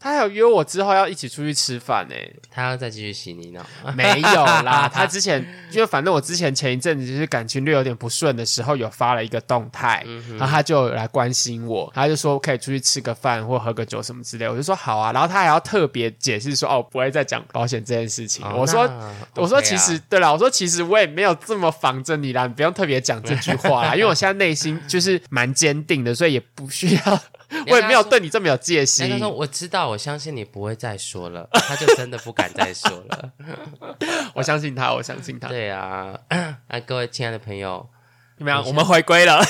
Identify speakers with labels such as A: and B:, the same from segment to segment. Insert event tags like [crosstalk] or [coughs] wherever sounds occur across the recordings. A: 他还有约我之后要一起出去吃饭
B: [laughs]
A: 呢、
B: 他要再继续洗你脑。
A: 没有啦，他之前因为反正我之前前一阵子就是感情略有点不顺的时候，有发了一个动态，
B: 嗯
A: 然后他就有来关心我，他就说可以出去吃个饭或喝个酒什么之类，我就说好啊，然后他还要特别解释说哦，不会再讲保险这件事情。
B: 哦
A: 我说、
B: 那
A: 我说
B: OK 啊
A: 其实、对啦，我说其实我也没有这么防着你啦，你不用特别讲这句话
B: [laughs]
A: 啦，因为我现在内心就是蛮坚定的，所以也不需要，
B: [laughs] 你要跟他说
A: 我也没有对你这么有戒
B: 那
A: 心
B: 啊他。说我知道，我相信你不会再说
A: [laughs]
B: 了，他就真的不敢再说了。
A: 我相信他，我相信他。
B: 对啊， [coughs] 啊，各位亲爱的朋友，
A: 怎么样？我们回归了，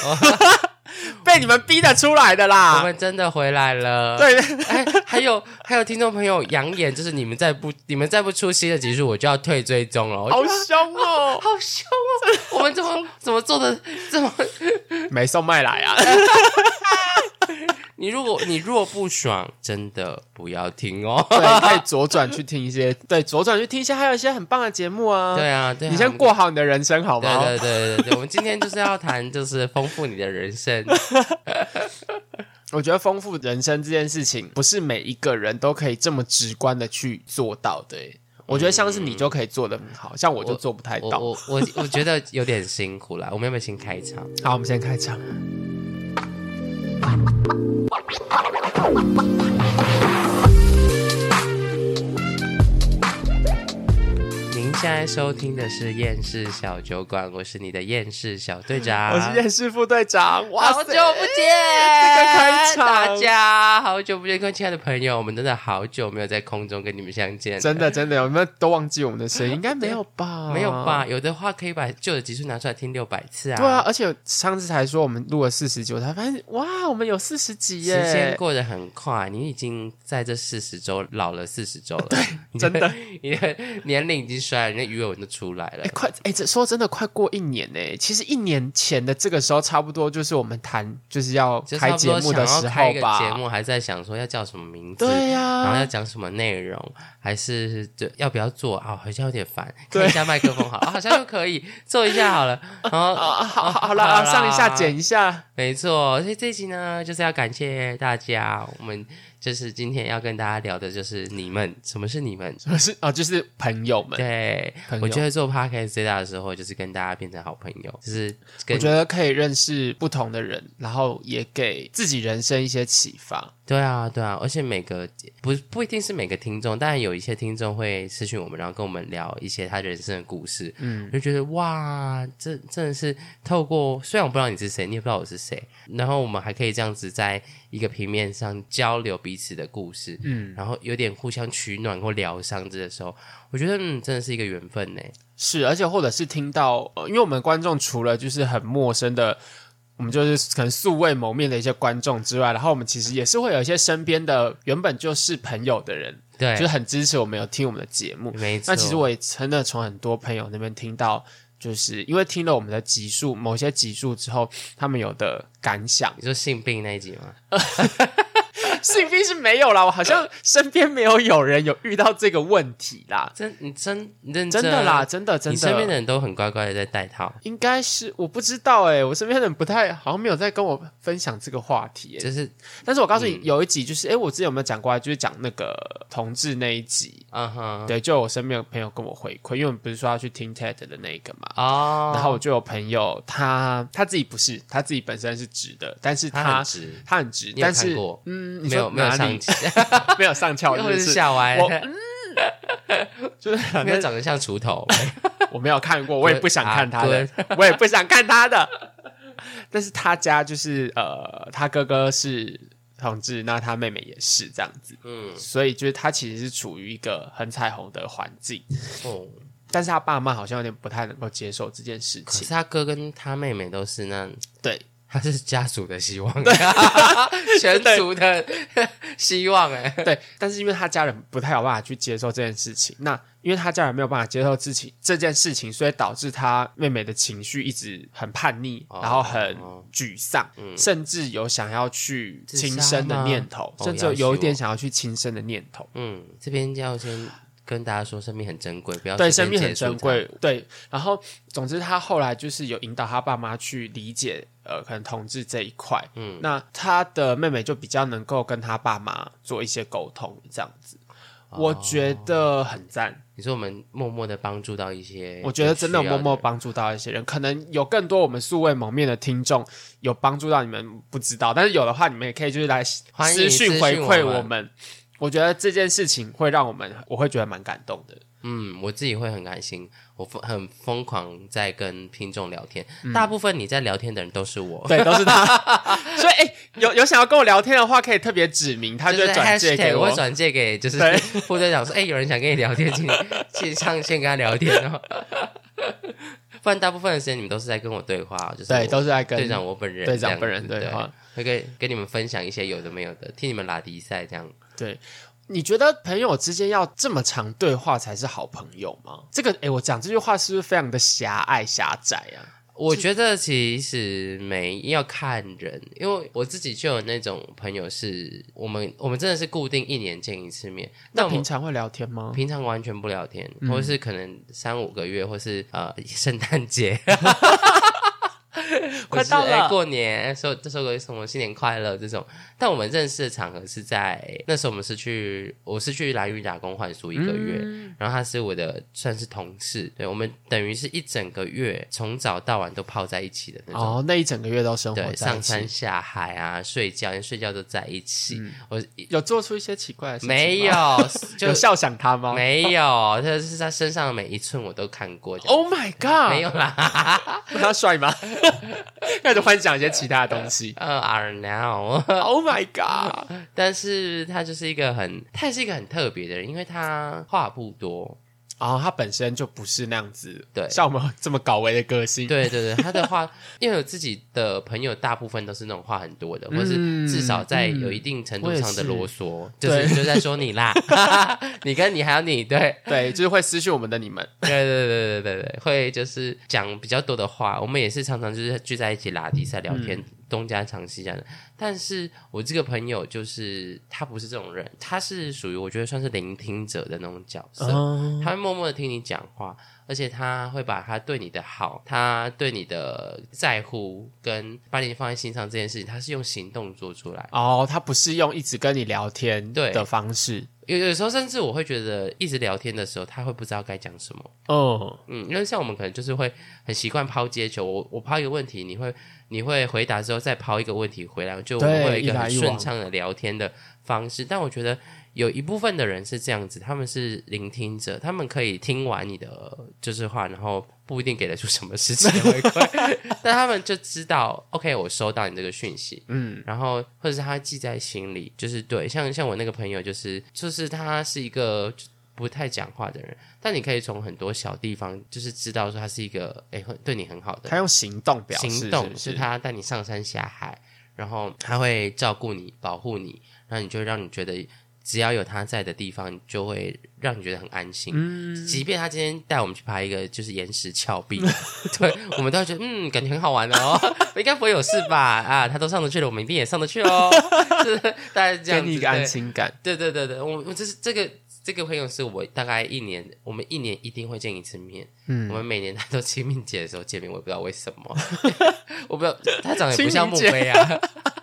A: [laughs] 被你们逼得出来的
B: 我
A: 啦。
B: 们真的回来了。
A: 啊 [laughs] 对，
B: [laughs] 哎，还有还有听众朋友扬言，就是你们再不你们再不出新的集数，我就要退追踪了。
A: [laughs]
B: 我
A: 好
B: 就
A: 凶哦，
B: 好凶哦！
A: [laughs]
B: 我们怎么怎么做的 [laughs] 这么？
A: 没送麦来 [laughs] 啊。
B: 你如果你若不爽，真的不要听
A: [laughs]
B: 哦。
A: 对，可以左转去听一些，对，左转去听一些，还有一些很棒的节目啊。
B: 对啊，对啊，
A: 你先过好你的人生好
B: 对。
A: 吗？
B: 对对对对对，我们今天就是要谈，就是丰富你的人生。
A: 我觉得丰富人生这件事情，不是每一个人都可以这么直观的去做到的欸。我觉得像是你就可以做的很好，嗯像我就做不太
B: 我
A: 到。
B: 我我我觉得有点辛苦啦。我们要不要先开场？
A: 好，我们先开场。
B: 您现在收听的是《厌世小酒馆》，我是你的厌世小队长，
A: 我是啊厌世副队长，哇
B: 好
A: 塞
B: 久不见，
A: 这个开场
B: 大家好久不见，各位亲爱的朋友，我们真的好久没有在空中跟你们相见，
A: 真的真的，有没有都忘记我们的声音？应该没有吧？
B: 没有吧？有的话可以把旧的集数拿出来听六百次啊，
A: 对啊，，而且上次才说我们录了四十集，我才发现哇，我们有四十集
B: 时间
A: 耶！
B: 过得很快，你已经在这四十周老了四十周了，对，
A: 真的，
B: 你的年龄已经衰了，你的鱼尾纹都出来
A: [laughs]
B: 了
A: 哎、。快哎，这说真的，快过一年呢。其实一年前的这个时候，差不多就是我们谈就是要
B: 就
A: 开
B: 差不
A: 节
B: 多
A: 目
B: 想
A: 的
B: 要
A: 时
B: 开
A: 候
B: 一个节
A: 吧。
B: 目还在想说要叫什么名字，
A: 对啊呀、
B: 然后要讲什么内容，还是对要不要做啊、好像有点烦，
A: 对
B: 看一下麦克风好了，啊好像又可以做一下好了。 [laughs] 然后
A: 啊，好好了，
B: 好
A: 啊
B: 啦
A: 上一下剪一下，
B: 没错，所以这一集呢，就是要感谢大家，我们就是今天要跟大家聊的就是你们，什么是你们？
A: 不是哦，就是朋友们，
B: 对
A: 朋，友
B: 我觉得做 podcast 最大的收获就是跟大家变成好朋友，就是
A: 我
B: 跟
A: 觉得可以认识不同的人，然后也给自己人生一些启发。
B: 对啊，对啊，而且每个不不一定是每个听众，当然有一些听众会私讯我们，然后跟我们聊一些他人生的故事，嗯，就觉得哇，这真的是透过虽然我不知道你是谁，你也不知道我是谁，然后我们还可以这样子在一个平面上交流彼此的故事，嗯，然后有点互相取暖或疗伤这的时候，我觉得嗯，真的是一个缘分呢，
A: 是，而且或者是听到，呃因为我们观众除了就是很陌生的，我们就是可能素未谋面的一些观众之外，然后我们其实也是会有一些身边的原本就是朋友的人，
B: 对，
A: 就是很支持我们有听我们的节目。
B: 哎没错。
A: 那其实我也真的从很多朋友那边听到，就是因为听了我们的集数，某些集数之后，他们有的感
B: [laughs]
A: 想。
B: 你说性病那一集吗？
A: 性病是没有啦，我好像身边没有有人有遇到这个问题啦，
B: 真你真你认
A: 真的啦，，真的真
B: 你
A: 的。
B: 身边的人都很乖乖的在戴套。
A: 应该是我不知道哎、我身边的人不太好像没有在跟我分享这个话题、欸。
B: 就是
A: 但是我告诉你，
B: 嗯
A: 有一集就是哎、我之前有没有讲过啊？就是讲那个同志那一集，
B: 嗯哼，
A: 对，就我身边有朋友跟我回馈，因为我们不是说要去听 TED 的那一个嘛。
B: 哦，
A: 然后我就有朋友，他他自己不是，他自己本身是直的，但是
B: 他
A: 他
B: 很直，
A: 他很直，
B: 你有
A: 但
B: 看
A: 是
B: 过
A: 嗯，你
B: 没
A: 说
B: 有没有
A: 哪
B: 上 [laughs]
A: 里
B: 级，
A: [laughs] 没有上翘，
B: 或者
A: 就是是
B: 下歪， [laughs]
A: 我嗯 [laughs] 就是
B: 没有长得像锄
A: [laughs]
B: 头，
A: 我没有看过，我也不想看啊他的， [laughs] 我也不想看他的。但是他家就是呃，他哥哥是同志，那他妹妹也是这样子，
B: 嗯，
A: 所以就是他其实是处于一个很彩虹的环境，嗯
B: 哦，
A: 但是他爸妈好像有点不太能够接受这件事
B: 可是
A: 情。
B: 他哥跟他妹妹都是那，
A: 对，
B: 他是家族的希望，对， [laughs] 全族的希望， [laughs] 哎，
A: 对，但是因为他家人不太有办法去接受这件事情，那因为他家人没有办法接受自己这件事情，所以导致他妹妹的情绪一直很叛逆，
B: 哦
A: 然后很
B: 哦
A: 沮丧，甚至有想要去
B: 自杀
A: 轻生的
B: 吗
A: 念头，
B: 哦
A: 甚至
B: 要
A: 有一
B: 死
A: 点
B: 我
A: 想要去轻生的念头。
B: 嗯，这边要先跟大家说，生命很珍贵，不要
A: 对，
B: 随
A: 生
B: 便
A: 命很
B: 结束
A: 珍
B: 它
A: 贵，对。然后，总之，他后来就是有引导他爸妈去理解，呃，可能同志这一块。嗯，那他的妹妹就比较能够跟他爸妈做一些沟通，这样子，我觉
B: 哦
A: 得很赞。
B: 你说我们默默的帮助到一些，
A: 我觉得真的默默。帮助到一些人，可能有更多我们素未谋面的听众有帮助到你们不知道，但是有的话，你们也可以就是来
B: 欢迎
A: 私讯
B: 私讯
A: 回馈
B: 我们
A: 我们。我觉得这件事情会让我们，我会觉得蛮感动的。
B: 嗯，我自己会很开心，我疯很疯狂在跟听众聊天，大部分你在聊天的人都是我，
A: 嗯对，都是他。所以，哎、有有想要跟我聊天的话，可以特别指明，他就会
B: 就是
A: 转借
B: hashtag
A: 给
B: 我
A: 我
B: 会。转借给就是 [laughs]
A: 对
B: 副队长说，哎、有人想跟你聊天，请请上线跟他聊天哦。 [laughs] 不然大部分的时间你们都是在跟我对话，哦就是
A: 对，
B: 我
A: 都是在跟
B: 队长我本人
A: 队
B: 这样
A: 长本人
B: 子
A: 对话。
B: 会跟跟你们分享一些有的没有的，替你们拉迪赛这样。
A: 对。你觉得朋友之间要这么长对话才是好朋友吗？这个，哎、我讲这句话是不是非常的狭隘狭窄啊？
B: 我觉得其实没要看人，因为我自己就有那种朋友是，我们我们真的是固定一年见一次面，
A: 那
B: 那我们
A: 平常会聊天吗？
B: 平常完全不聊天，
A: 嗯
B: 或是可能三五个月，或是呃圣诞
A: [laughs]
B: 节，
A: 快到
B: 或是哎
A: 了
B: 过年说这时候有什么新年快乐这种。但我们认识的场合是在那时候，我们是去我是去兰屿打工换宿一个月，
A: 嗯
B: 然后他是我的算是同事，对我们等于是一整个月从早到晚都泡在一起的那种。
A: 哦，那一整个月都生活
B: 对，
A: 在一
B: 上
A: 起
B: 山，下海啊，睡觉连睡觉都在一起。我
A: 有做出一些奇怪的事嗯情吗
B: 没有，，就
A: 有笑想他吗
B: 没有，就是他身上的每一寸我都看过。哦，
A: ？Oh my god！
B: 没有，啦， [laughs]
A: 他帅吗？开始幻想一些其他的东西。
B: 呃，are now， [laughs]
A: Oh my god！
B: 但是他就是一个很，他也是一个很特别的人，因为他话不多。
A: 然哦后他本身就不是那样子，
B: 对
A: 像我们这么搞维的个性，
B: 对对对，他
A: [laughs]
B: 的话，因为我自己的朋友大部分都是那种话很多的，或是至少在有一定程度上的
A: 嗯我
B: 啰
A: 也
B: 嗦，就是就在说你啦， [laughs] 你跟你还有你，对，
A: 对，就是会失去我们的你们。
B: 对对对对对对，会就是讲比较多的话。我们也是常常就是聚在一起拉迪赛聊天，东家长西家长。但是我这个朋友就是他不是这种人，他是属于我觉得算是聆听者的那种角色，
A: 哦
B: 他会默默的听你讲话，而且他会把他对你的好，他对你的在乎跟把你放在心上这件事情，他是用行动做出来的。
A: 哦，他不是用一直跟你聊天
B: 对
A: 的方式，
B: 有有时候甚至我会觉得一直聊天的时候，他会不知道该讲什么。
A: 嗯，
B: 嗯，因为像我们可能就是会很习惯抛接球，我我抛一个问题，你会你会回答之后再抛一个问题回来，就我们
A: 对
B: 会有一
A: 一
B: 个
A: 来
B: 很
A: 一
B: 顺
A: 往
B: 畅的聊天的方式。但我觉得有一部分的人是这样子，他们是聆听者，他们可以听完你的就是话，然后不一定给得出什么事情的回馈， [laughs] 但他们就知道 OK，我收到你这个讯息，嗯，然后或者是他记在心里，就是对，像像我那个朋友，就是就是他是一个。不太讲话的人，但你可以从很多小地方，就是知道说他是一个哎、会对你很好的
A: 他用行动表示，
B: 行
A: 是
B: 动，
A: 不
B: 是
A: 是
B: 他带你上山下海，然后他会照顾你、保护你，然后你就会让你觉得只要有他在的地方，就会让你觉得很安心。
A: 嗯
B: 即便他今天带我们去拍一个就是岩石峭壁， [laughs] 对我们都会觉得嗯，感觉很好玩哦， [laughs] 应该不会有事吧？啊，他都上得去了，我们一定也上得去哦， [laughs] 就是大概是这样
A: 给
B: 子，
A: 你一个
B: 对
A: 安心感。
B: 对对对对，我我这是这个这个朋友是我大概一年，我们一年一定会见一次面。嗯，我们每年他都清明节的时候见面，我也不知道为什么，我不知道他长得也不像墓碑啊。 [laughs]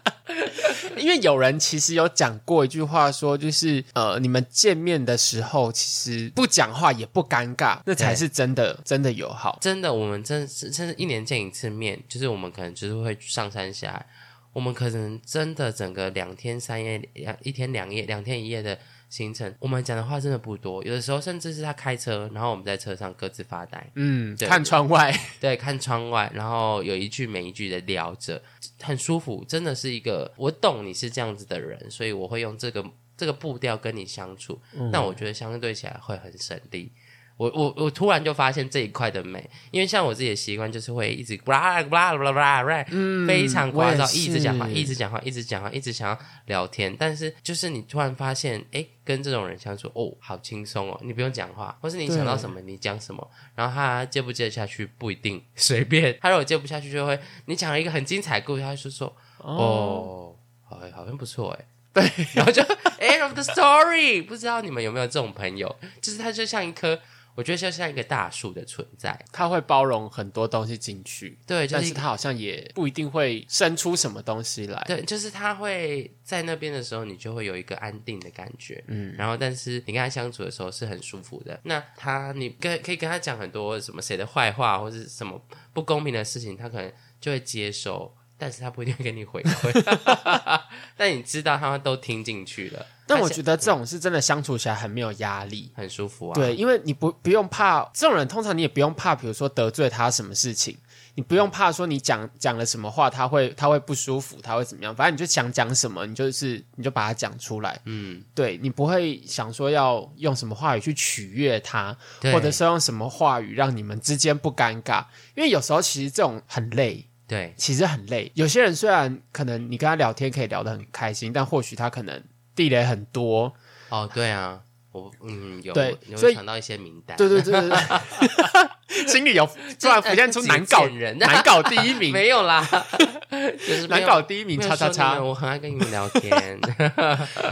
A: 因为有人其实有讲过一句话说就是呃，你们见面的时候其实不讲话也不尴尬，那才是真的真的友好。
B: 真的，我们真是真是一年见一次面，就是我们可能就是会上山下海，我们可能真的整个两天三夜、两一天两夜、两天一夜的行程，我们讲的话真的不多，有的时候甚至是他开车，然后我们在车上各自发呆。
A: 嗯，
B: 对
A: 看窗外，
B: 对，看窗外，然后有一句没一句的聊着，很舒服，真的是一个我懂你是这样子的人，所以我会用这个这个步调跟你相处。
A: 嗯
B: 但我觉得相对起来会很省力。我我我突然就发现这一块的美，因为像我自己的习惯就是会一直啦啦啦啦啦啦，嗯，非常
A: 我
B: 聒
A: 也
B: 噪，一直讲话，
A: 是
B: 一直讲话，一直讲话，一直想要聊天。但是就是你突然发现，哎，跟这种人相处，哦，好轻松哦，你不用讲话，或是你想到什么你讲什么，然后他接不接得下去不一定， [laughs] 随便。他如果接不
A: 哦
B: 下哦去，就会你讲了一个很精彩的故事，他就说哦，好，好像不错哎。对，然后就 end of the story。不知道你们有没有这种朋友，就是他就像一棵，我觉得就像一个大树的存在。
A: 它会包容很多东西进去，
B: 对，就
A: 但
B: 是一
A: 是它好像也不一定会生出什么东西来。
B: 对，就是他会在那边的时候，你就会有一个安定的感觉，嗯，然后但是你跟他相处的时候是很舒服的。那他，你跟可以跟他讲很多什么谁的坏话或是什么不公平的事情，他可能就会接受，但是他不一定会跟你回馈。 [laughs] 但你知道他都听进去了，
A: 但
B: 而
A: 我
B: 且
A: 觉得这种是真的相处起来很没有压力。
B: 很舒服啊。
A: 对，因为你不不用怕这种人，通常你也不用怕，比如说得罪他什么事情，你不用怕说你讲讲了什么话，他会他会不舒服，他会怎么样？反正你就想讲什么，你就是你就把它讲出来。嗯，对你不会想说要用什么话语去取悦他，
B: 对，
A: 或者是用什么话语让你们之间不尴尬，因为有时候其实这种很累。
B: 对
A: 其实很累。有些人虽然可能你跟他聊天可以聊得很开心，但或许他可能地雷很
B: [laughs]
A: 多。
B: 哦，对啊，我嗯有
A: 对
B: 有
A: 所以
B: 想到一些名单，
A: 对对对对对， [laughs] 心里有突然浮现出难搞
B: 这这人
A: 难搞第一名，
B: 呃没有啦，
A: [laughs]
B: 就是没
A: 难
B: 有
A: 搞第一名，
B: 没有
A: 叉叉
B: 说你
A: 叉
B: 们。我很爱跟你们聊天。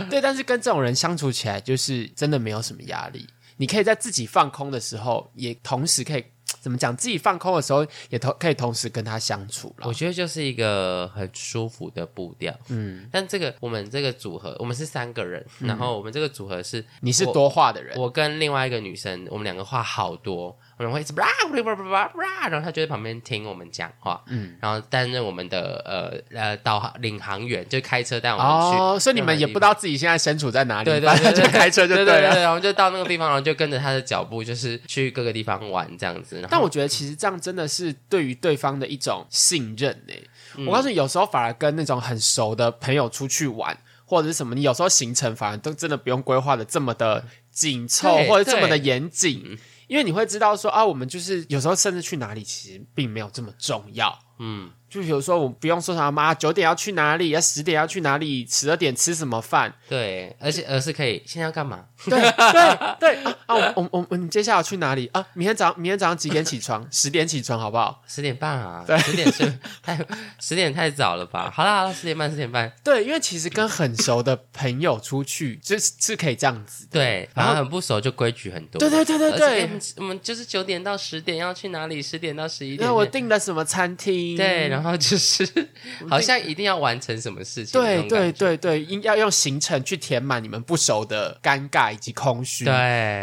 A: 对，但是跟这种人相处起来，就是真的没有什么压力。你可以在自己放空的时候，也同时可以怎么讲？自己放空的时候，也同可以同时跟他相处了
B: 我。觉得就是一个很舒服的步调，嗯。但这个我们这个组合，我们是三个人，然后我们这个组合是
A: 嗯你是多话的人，
B: 我跟另外一个女生，我们两个话好多，我们会一直 blah blah blah blah
A: 嗯
B: blah，然后她就在旁边听我们讲话，嗯。然后担任我们的呃呃导航领航员，就开车带我们去。
A: 哦，所以你们也不知道自己现在身处在哪里，
B: 对对
A: 反
B: 对
A: 正就
B: 对，
A: 开车就
B: 对
A: 对
B: 对
A: 了。
B: 对，然后就到那个地方，然后就跟着她的脚步，就是去各个地方玩这样子。然后
A: 但我觉得其实这样真的是对于对方的一种信任呢、我告诉你，有时候反而跟那种很熟的朋友出去玩，或者是什么，你有时候行程反而都真的不用规划的这么的紧凑，
B: 对
A: 或者这么的严谨，因为你会知道说啊，我们就是有时候甚至去哪里其实并没有这么重要。
B: 嗯，
A: 就比如说，我不用说什么妈九点要去哪里，要啊十点要去哪里，十二点吃什么饭，
B: 对，而且而是可以现在要干嘛？
A: 对对对啊啊！我们我们我们接下来要去哪里啊？明天早上明天早上几点起床？十点起床好不好？
B: 十点半啊，十点是太十点太早了
A: [laughs]
B: 吧？好啦好啦，十点半十点半，
A: 对，因为其实跟很熟的朋友出去，就是是可以这样子。
B: 对，
A: 然
B: 然
A: 后
B: 后很不熟就规矩很多，
A: 对对对对
B: 而且
A: 对
B: 哎我们我们就是九点到十点要去哪里，十点到十一点
A: 那，我嗯订了什么餐厅？
B: 对，然后就是好像一定要完成什么事情那
A: 对
B: 种感
A: 对
B: 觉，
A: 对对，应要用行程去填满你们不熟的尴尬以及空虚。，
B: 对，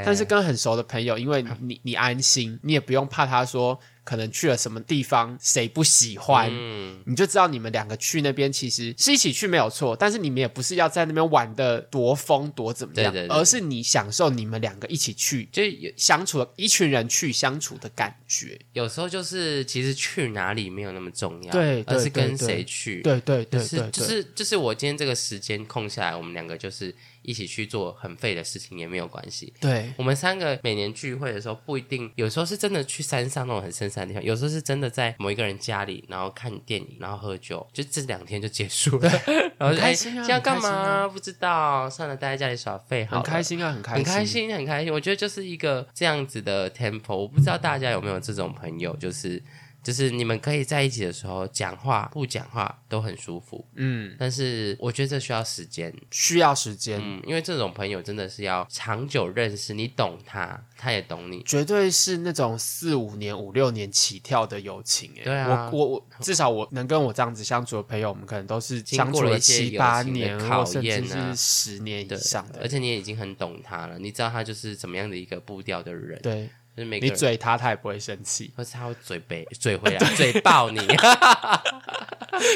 A: 但是跟很熟的朋友，因为你你安心，你也不用怕他说可能去了什么地方谁不喜欢。
B: 嗯，
A: 你就知道你们两个去那边其实是一起去没有错，但是你们也不是要在那边玩的多疯多怎么样，
B: 对对对
A: 而是你享受你们两个一起去
B: 就有
A: 相处的一群人去相处的感觉。
B: 有时候就是其实去哪里没有那么重要，
A: 对对
B: 而是跟
A: 对对
B: 谁去，
A: 对对
B: 就
A: 对
B: 是
A: 对，
B: 就是就是我今天这个时间空下来，我们两个就是一起去做很废的事情也没有关系，
A: 对
B: 我们三个每年聚会的时候，不一定有时候是真的去山上那种很深山的地方，有时候是真的在某一个人家里，然后看电影，然后喝酒，就这两天就结束
A: [laughs]
B: 了。然后
A: 很
B: 就
A: 开心啊
B: 哎现在要干嘛、
A: 很开
B: 不知道，算了，待在家里耍废
A: 很
B: 好了。
A: 开心啊，很开
B: 很
A: 心，
B: 开心，很开心。我觉得就是一个这样子的 tempo。我不知道大家有没有这种朋友，就是就是你们可以在一起的时候讲话不讲话都很舒服，
A: 嗯，
B: 但是我觉得这需要时间。
A: 需要时间，
B: 嗯，因为这种朋友真的是要长久认识，你懂他，他也懂你。
A: 绝对是那种四五年、五六年起跳的友情、欸。
B: 对啊
A: 我我我至少我能跟我这样子相处的朋友，我们可能都是
B: 经
A: 相
B: 过
A: 处
B: 了一些
A: 七
B: 友
A: 八
B: 情的
A: 年，
B: 考
A: 或甚
B: 验
A: 至
B: 啊
A: 是十年以
B: 对
A: 上，的。
B: 而且你也已经很懂他了，你知道他就是怎么样的一个步调的人，
A: 对
B: 就是每个
A: 你
B: 人，
A: 嘴他，他也不会生气。
B: 或是他会嘴背 [laughs] 嘴回来，嘴
A: [laughs]
B: 爆你，啊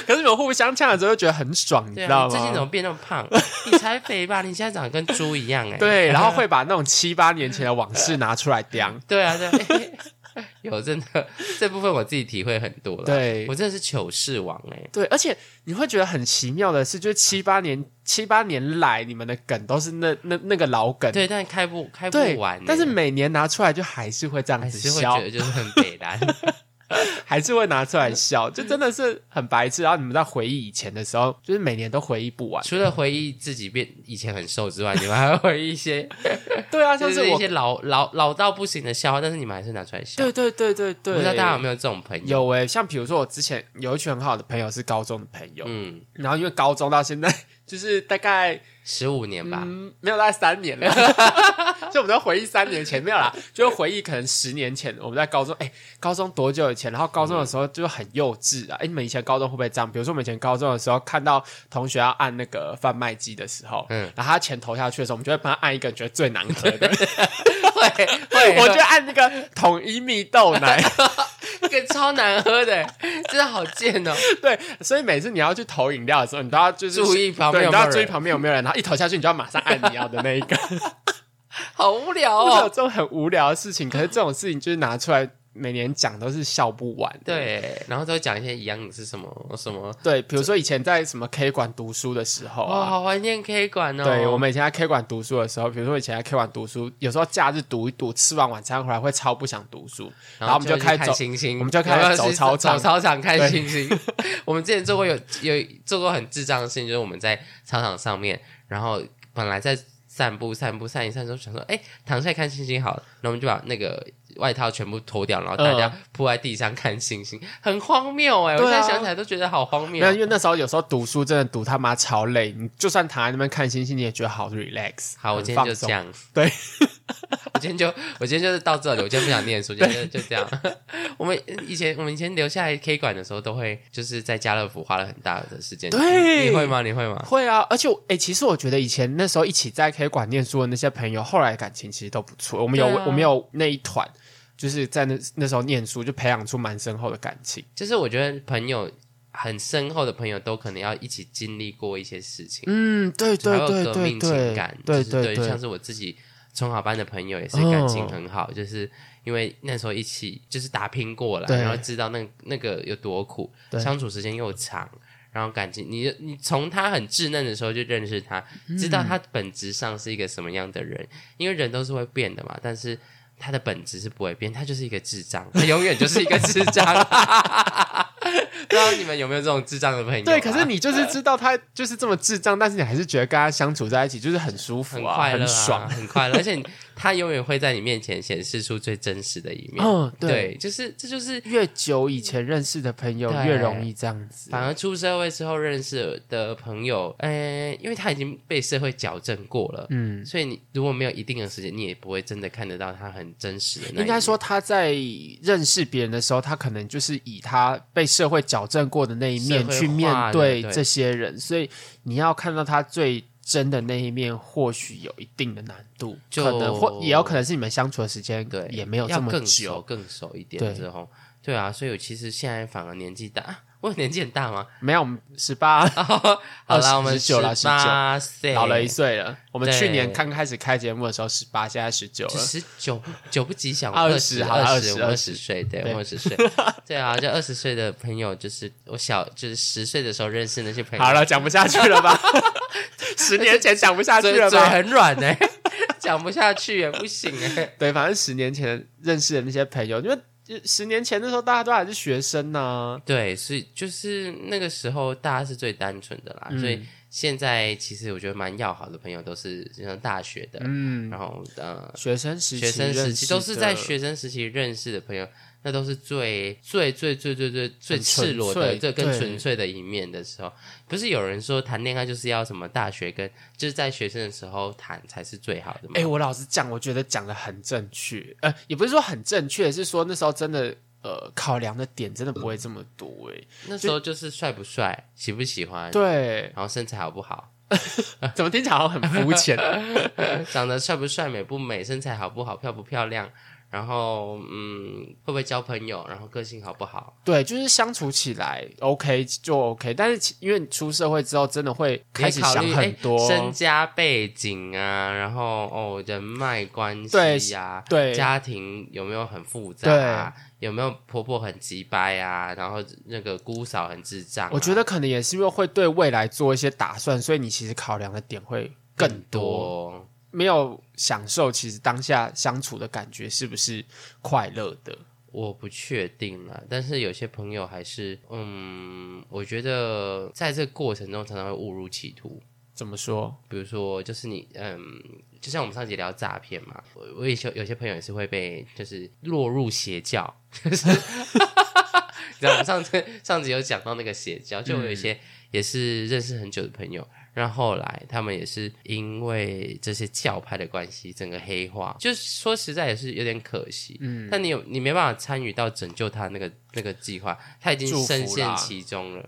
A: 可是你们互相呛的时候，就觉得很爽，你
B: 对
A: 知
B: 啊，
A: 道
B: 你最近怎么
A: 吗？
B: 变那么胖？ [laughs] 你才肥吧？你现在长得跟猪一样哎、
A: 对，然后会把那种七八年前的往事拿出来讲。
B: [laughs] 对啊，对啊， [laughs] 有真的这部分我自己体会很多
A: [laughs]
B: 了。
A: 对
B: 我真的是糗事王哎、
A: 对，而且你会觉得很奇妙的是，就是七八年七八年来，你们的梗都是那那那个老梗，
B: 对，但开不开不
A: 对
B: 完、欸，
A: 但是每年拿出来就还是会这样
B: 还
A: 子
B: 是会
A: 笑
B: 觉，得嗯就是很北蓝。
A: 还是会拿出来笑，就真的是很白痴。然后你们在回忆以前的时候，就是每年都回忆不完。
B: 除了回忆自己变以前很瘦之外，你们还会回忆
A: [laughs]
B: 一些，
A: 对啊，
B: 就
A: 像
B: 是一
A: 我
B: 些，老老老到不行的笑话，但是你们还是拿出来笑。
A: 对对对对对，
B: 不知道大家有没有这种朋友？
A: 有欸诶、像比如说我之前有一群很好的朋友是高中的朋友，
B: 嗯，
A: 然后因为高中到现在。 [laughs] 就是大概
B: 十五年吧，
A: 嗯，没有大概三年
B: [laughs]
A: 了，就我们在回忆三年前没有啦，就回忆可能十年前我们在高中，哎、高中多久以前？然后高中的时候就很幼稚
B: 嗯
A: 啊，哎、你们以前高中会不会这样？比如说我们以前高中的时候，看到同学要按那个贩卖机的时候，嗯
B: 嗯，
A: 然后他钱投下去的时候，我们就会帮他按一个觉得最难
B: [laughs]
A: 喝的，
B: [laughs]
A: 啊
B: 会会，
A: 我就按那个统一蜜豆奶， [laughs]
B: 那个超难喝的，真的好贱哦！
A: 对，所以每次你要去投饮料的时候，你都要就是
B: 注意旁边
A: 对
B: 有
A: 你
B: 没
A: 都
B: 有
A: 要注意
B: 人
A: 旁边有没有人，然后一投下去，你就要马上按你要的那一个。
B: 好无聊
A: 我有
B: 哦。
A: 这种很无聊的事情，可是这种事情就是拿出来每年讲都是笑不完的。
B: 对，然后都会讲一些一样的是什么什么，
A: 对，比如说以前在什么 K 馆读书的时候
B: 哇，
A: 啊。
B: 好怀念 K 馆哦。
A: 对，我们以前在 K 馆读书的时候，比如说以前在 K 馆读书，有时候假日读一读，吃完晚餐回来会超不想读书，然
B: 然
A: 后
B: 后
A: 我们就
B: 去
A: 开始走
B: 看星星，
A: 我们就开始
B: 然后
A: 走
B: 是
A: 操场
B: 走操场
A: 对
B: 看星星。
A: [laughs]
B: 我们之前做过有有做过很智障的事情，就是我们在操场上面，然后本来在散步散步散一散之后，想说哎躺下来看星星好了，然后我们就把那个外套全部脱掉，然后大家铺在地上看星星，很荒谬哎！
A: 嗯
B: 我
A: 对啊
B: 现在想起来都觉得好荒
A: 没
B: 谬哦
A: 有，。因为那时候有时候读书真的读他妈超累，你就算躺在那边看星星，你也觉得好 relax。
B: 好，我
A: 很
B: 今天
A: 放
B: 就
A: 松
B: 这样。
A: [laughs] 对，
B: [laughs] 我今天就我今天就是到这里，我今天不想念书，今天就就这样。 [laughs] 我们以前我们以前留下来 K 馆的时候，都会就是在家乐福花了很大的时间。
A: 对
B: 你你会吗？你会吗？
A: 会啊，而且我哎、其实我觉得以前那时候一起在 K 馆念书的那些朋友，后来感情其实都不错。我们有、
B: 对啊
A: 我们有那一团，就是在那那时候念书就培养出蛮深厚的感情。
B: 就是我觉得朋友很深厚的朋友，都可能要一起经历过一些事情，
A: 嗯，对
B: 才
A: 对
B: 有
A: 对
B: 革
A: 对
B: 命情感
A: 对，，对
B: 就是
A: 对
B: 像
A: 对，
B: 是我自己中考班的朋友也是
A: 哦
B: 感情很好，就是因为那时候一起就是打拼过了，
A: 对
B: 然后知道那那个有多苦，
A: 对
B: 相处时间又长。然后感情，你你从他很稚嫩的时候就认识他，知
A: 嗯
B: 道他本质上是一个什么样的人，因为人都是会变的嘛。但是他的本质是不会变，他就是一个智障，他永远就是一个智障。 [laughs] 不知道你们有没有这种智障的朋友啊、
A: 对。可是你就是知道他就是这么智障，但是你还是觉得跟他相处在一起就是很舒服
B: 很
A: 啊，
B: 快乐、啊，
A: 爽。
B: [laughs] 很快乐，而且他永远会在你面前显示出最真实的一面。
A: 嗯，对，
B: 对，就是这就是
A: 越久以前认识的朋友
B: 对
A: 越容易这样子。
B: 反而出社会之后认识的朋友，呃，因为他已经被社会矫正过了，
A: 嗯，
B: 所以你如果没有一定的时间，你也不会真的看得到他很真实的那一面。
A: 应该说他在认识别人的时候，他可能就是以他被社会矫正过的那一面
B: 社会化
A: 去面对
B: 对对
A: 这些人，所以你要看到他最真的那一面，或许有一定的难度，
B: 就
A: 可能或也有可能是你们相处的时间
B: 对，
A: 也没有
B: 要
A: 这么
B: 更熟
A: 久，
B: 更熟一
A: 对
B: 点之后，对啊，所以我其实现在反而年纪大，啊我年纪很大吗？
A: 没有十
B: [laughs]
A: 八
B: 好啦，我们
A: 19啦
B: 十八岁，
A: 老了一岁了。我们
B: 对
A: 去年刚开始开节目的时候十八，现在十九了。
B: 十九九不吉祥，
A: 20
B: 十
A: 好
B: 二
A: 20
B: 我二十岁，对
A: 对
B: 我二
A: [laughs]
B: 十岁，对啊，就二十岁的朋友，就是我小就是十岁的时候认识那些朋友，
A: 好了，讲不下去了
B: [laughs]
A: 吧？十年前讲不下去
B: 嘴
A: 了
B: 嘴
A: 吧？
B: 很软呢、 [laughs] 讲不下去也不行哎、
A: [laughs] 对，反正十年前认识的那些朋友，因为十年前那时候大家都还是学生呐、
B: 对，所以就是那个时候大家是最单纯的
A: 嗯
B: 啦，所以现在其实我觉得蛮要好的朋友都是就像大学的，嗯，然后呃
A: 学生时期
B: 学生时
A: 认
B: 期
A: 识
B: 都是在
A: 的
B: 学生时期认识的朋友，那都是最最最最最最最
A: 很
B: 赤裸的、
A: 纯粹
B: 最更
A: 对
B: 纯粹的一面的时候，不是有人说谈恋爱就是要什么大学跟就是在学生的时候谈才是最好的吗？
A: 哎、我老实讲，我觉得讲的很正确，呃，也不是说很正确，是说那时候真的，呃，考量的点真的不会这么多、欸，
B: 那时候就是帅不帅、喜不喜欢，
A: 对，
B: [laughs] 然后身材好不好，
A: 怎么听起来好像很肤浅？啊
B: 长得帅不帅、美不美、身材好不好、漂不漂亮，然后嗯，会不会交朋友，然后个性好不好，
A: [laughs] 对，就是相处起来 OK 就 OK，但是其因为你出社会之后，真的会开始
B: 也考
A: 想
B: 虑哎
A: 很多，
B: 身家背景啊，然后哦人脉关
A: 对
B: 系呀、
A: 对，
B: 家庭有没有很复杂、啊？有没有婆婆很急掰啊？然后那个姑嫂很智障啊、
A: 我觉得可能也是因为会对未来做一些打算，所以你其实考量的点会更多，
B: 多
A: 没有享受其实当下相处的感觉是不是快乐的？
B: 我不确定啦，但是有些朋友还是，嗯，我觉得在这个过程中常常会误入歧途。
A: 怎么说？
B: 比如说，就是你，嗯，就像我们上集聊诈骗嘛，我我也有有些朋友也是会被，就是落入邪教， [laughs]
A: 嗯
B: 就是，你知道，我们上次上集有讲到那个邪教，就我有一些也是认识很久的朋友，然后后来他们也是因为这些教派的关系，整个黑化，就是说实在也是有点可惜。嗯，但你有你没办法参与到拯救他那个那个计划，他已经
A: 祝福
B: 深陷
A: 啦
B: 其中了。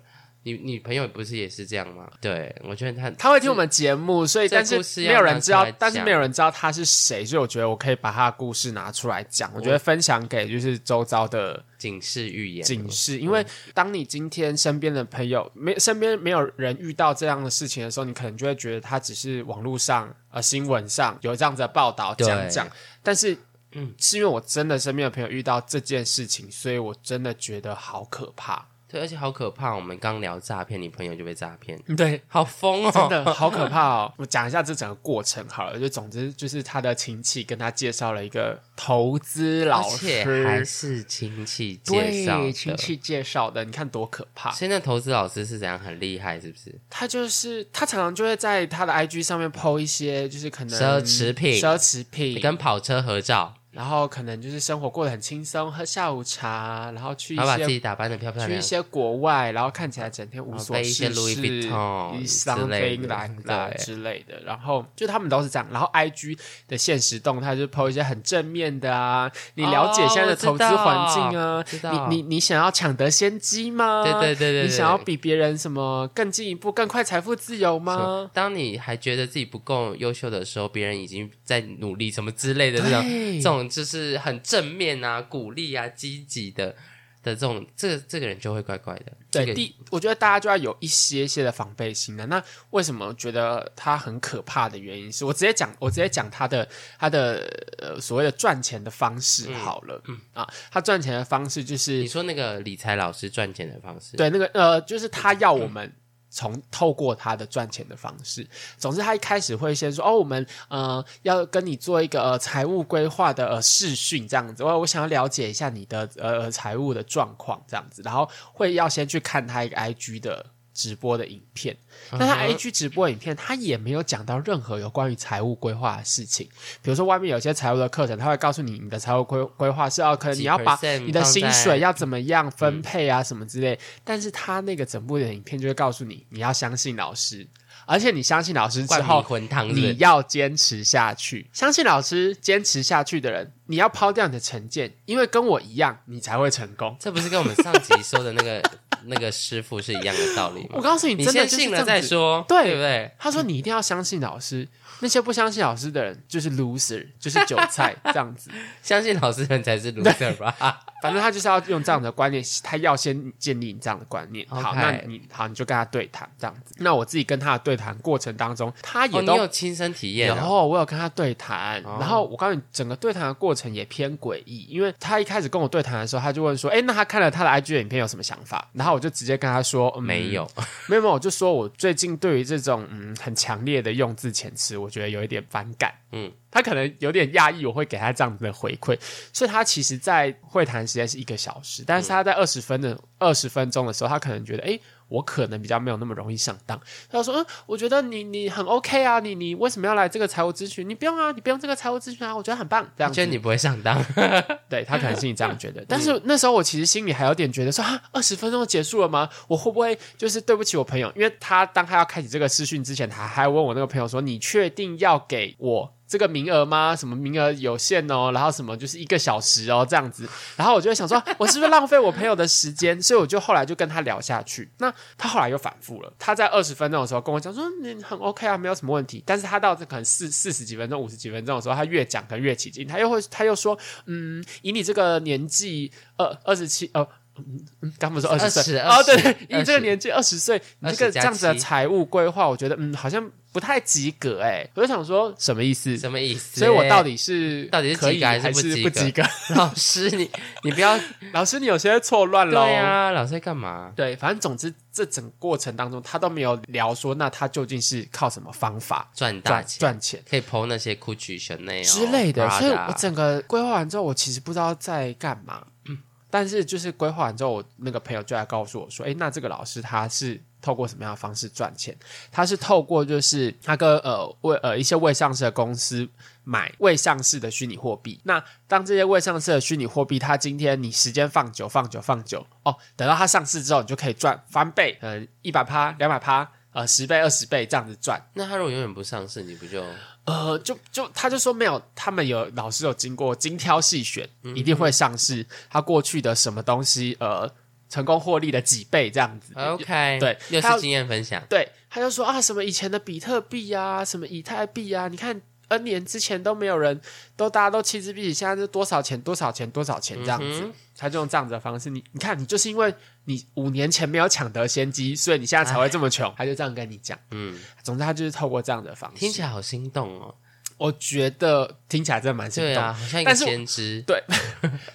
B: 你你朋友不是也是这样吗？对，我觉得他
A: 他会听我们节目，所以
B: 这
A: 但是
B: 故事要
A: 没有人知道
B: 拿出来讲，
A: 但是没有人知道他是谁，所以我觉得我可以把他的故事拿出来讲，我觉得分享给就是周遭的
B: 警示预言，
A: 警示，因为当你今天身边的朋友没身边没有人遇到这样的事情的时候，你可能就会觉得他只是网络上呃新闻上有这样子的报道
B: 对
A: 讲讲，但是。嗯，是因为我真的身边的朋友遇到这件事情，所以我真的觉得好可怕。
B: 对，而且好可怕。我们刚聊诈骗，你朋友就被诈骗，
A: 对， [laughs]
B: 好疯哦！
A: 真的好可怕 [laughs] 哦！我讲一下这整个过程好了，就总之就是他的亲戚跟他介绍了一个投资老
B: 而且还
A: 师，
B: 是亲戚介绍
A: 对
B: 的。
A: 亲戚介绍的，你看多可怕！
B: 现在投资老师是怎样很厉害，是不是？
A: 他就是他常常就会在他的 IG 上面 PO 一些，就是可能
B: 奢侈品啊
A: 奢侈
B: 你
A: 品，
B: 跟跑车合照，
A: 然后可能就是生活过得很轻松，喝下午茶，然后去一
B: 然后把自
A: 些。
B: 己打扮的漂漂亮
A: 去一
B: 亮，
A: 些国外，然后看起来整天无所
B: 然后背一些
A: 事
B: Louis
A: 事，
B: Vuitton
A: 以
B: 之类
A: something
B: 的
A: 来啦
B: 对
A: 啊之类的。然后就他们都是这样，然后 I G 的现实动态就 PO 一些很正面的啊，你了解
B: 哦
A: 现在的
B: 我知
A: 投资环境啊
B: 道，知道
A: 你你你想要抢得先机吗？
B: 对对对对对
A: 你想要比别人什么更进一步、更快财富自由吗？
B: 当你还觉得自己不够优秀的时候，别人已经在努力什么之类的这种
A: 对
B: 这种就是很正面啊、鼓励啊、积极的的这种，这个这个人就会怪怪的。这
A: 对，
B: 个
A: 第我觉得大家就要有一些些的防备心啊了。那为什么觉得它很可怕的原因是我直接讲，我直接讲它的它的呃所谓的赚钱的方式好了、啊，他赚钱的方式就
B: 嗯你
A: 是
B: 说那个理财老师赚钱的方式，嗯
A: 对那个呃，就是他要我们。从透过他的赚钱的方式，总之他一开始会先说哦，我们呃要跟你做一个呃财务规划的呃视讯这样子，哦我我想要了解一下你的呃呃财务的状况这样子，然后会要先去看他一个 IG 的直播的影片，
B: 嗯
A: 但他 IG 直播影片他也没有讲到任何有关于财务规划的事情，比如说外面有些财务的课程，他会告诉你你的财务规规划是哦，可能
B: 几
A: 你要把
B: percent
A: 你的薪
B: 嗯放在嗯
A: 水要怎么样分配啊、什么之类，但是他那个整部的影片就会告诉你，你要相信老师。而且你相信老师之
B: 灌迷
A: 后，
B: 魂汤是不是
A: 你要坚持下去，相信老师坚持下去的人，你要抛掉你的成见，因为跟我一样，你才会成功。
B: 这不是跟我们上集说的那个那个师傅是一样的道理吗？
A: 我告诉你，
B: 嗯你
A: 真的
B: 先
A: 就是
B: 信
A: 这
B: 了
A: 样
B: 再
A: 子。
B: 说，
A: 对
B: 不对？
A: 他说你一定要相信老师，那些不相信老师的人就是 loser，就是韭菜
B: [laughs]
A: 这样子。
B: 相信老实人才是 loser 吧？
A: 反正他就是要用这样的观念，他要先建立你这样的观念。好，
B: OK
A: 那你好，你就跟他对谈这样子。那我自己跟他的对谈过程当中，他
B: 哦，
A: 也
B: 你
A: 都
B: 有亲身体验
A: 然
B: 啊？
A: 后我有跟他对谈，
B: 哦
A: 然后我告诉你，整个对谈的过程也偏诡异，因为他一开始跟我对谈的时候，他就问说：“哎，那他看了他的 IG 影片有什么想法？”然后我就直接跟他说：“嗯、
B: 没有，
A: 没有，没有。”我就说我最近对于这种嗯很强烈的用字遣词，我觉得有一点反感。
B: 嗯
A: 嗯，他可能有点讶异，我会给他这样子的回馈，所以他其实，在会谈时间是一个小时，但是他在二十分的二十分钟的时候，他可能觉得，哎、我可能比较没有那么容易上当。他说，嗯，我觉得你你很 OK 啊，你你为什么要来这个财务咨询？你不用啊，你不用这个财务咨询啊，我觉得很棒。这样
B: 觉
A: 子
B: 得，你不会上当，
A: [laughs] 对他可能心里这样觉得，但是那时候我其实心里还有点觉得说，啊，二十分钟就结束了吗？我会不会就是对不起我朋友？因为他当他要开启这个视讯之前，他还问我那个朋友说，你确定要给我？这个名额吗？什么名额有限哦？然后什么就是一个小时哦，这样子。然后我就会想说， [laughs] 我是不是浪费我朋友的时间？所以我就后来就跟他聊下去。那他后来又反复了，他在二十分钟的时候跟我讲说，你很 OK 啊，没有什么问题。但是他到这可能四四十几分钟、五十几分钟的时候，他越讲可能越起劲，他又会他又说，嗯，以你这个年纪，二二十七，呃。嗯，嗯刚不是二十岁
B: 20
A: 哦，对对，
B: 20
A: 以这个年纪二十岁，你这个
B: 20加
A: 这样子的
B: 7
A: 财务规划，我觉得嗯，好像不太及格哎。我就想说，什么意思？
B: 什么意思？
A: 所以我到底是
B: 到底是
A: 可以
B: 及格还是
A: 还
B: 不及
A: 不
B: 格
A: 及格？
B: [laughs] 老师你你不要
A: [laughs] 老师，你有些错乱喽。
B: 对啊，老师在干嘛？
A: 对，反正总之这整个过程当中，他都没有聊说，那他究竟是靠什么方法
B: 赚大
A: 赚
B: 钱
A: 赚钱
B: 可以剖那些 Gucci、Chanel
A: 之类的。所以我
B: Prada
A: 整个规划完之后，我其实不知道在干嘛。嗯但是就是规划完之后，我那个朋友就来告诉我说：“诶，哎那这个老师他是透过什么样的方式赚钱？他是透过就是他跟呃未呃一些未上市的公司买未上市的虚拟货币。那当这些未上市的虚拟货币，它今天你时间放呃久、放久、放久，哦，等到它上市之后，你就可以赚翻倍，嗯，一百趴、两百趴。呃十倍、二十倍这样子赚。
B: 那他如果永远不上市，你不就
A: 呃，就就他就说没有，他们有老师有经过精挑细选，
B: 嗯
A: 一定会上市。他过去的什么东西，呃，成功获利的几倍这样子。
B: OK？
A: 对
B: 又
A: 他
B: 是经验分享。
A: 对，他就说啊，什么以前的比特币啊，什么以太币啊，你看 N 年之前都没有人，都大家都弃之不理，现在是多少钱，多少钱，多少钱这样子。
B: 嗯哼
A: 他就用这样子的方式，你你看，你就是因为你五年前没有抢得先机，所以你现在才会这么穷。他就这样跟你讲。
B: 哎嗯，
A: 总之，他就是透过这样的方式，
B: 听起来好心动哦。
A: 我觉得听起来真的蛮心
B: 对
A: 动。
B: 啊，好像一个
A: 但是我
B: 先知。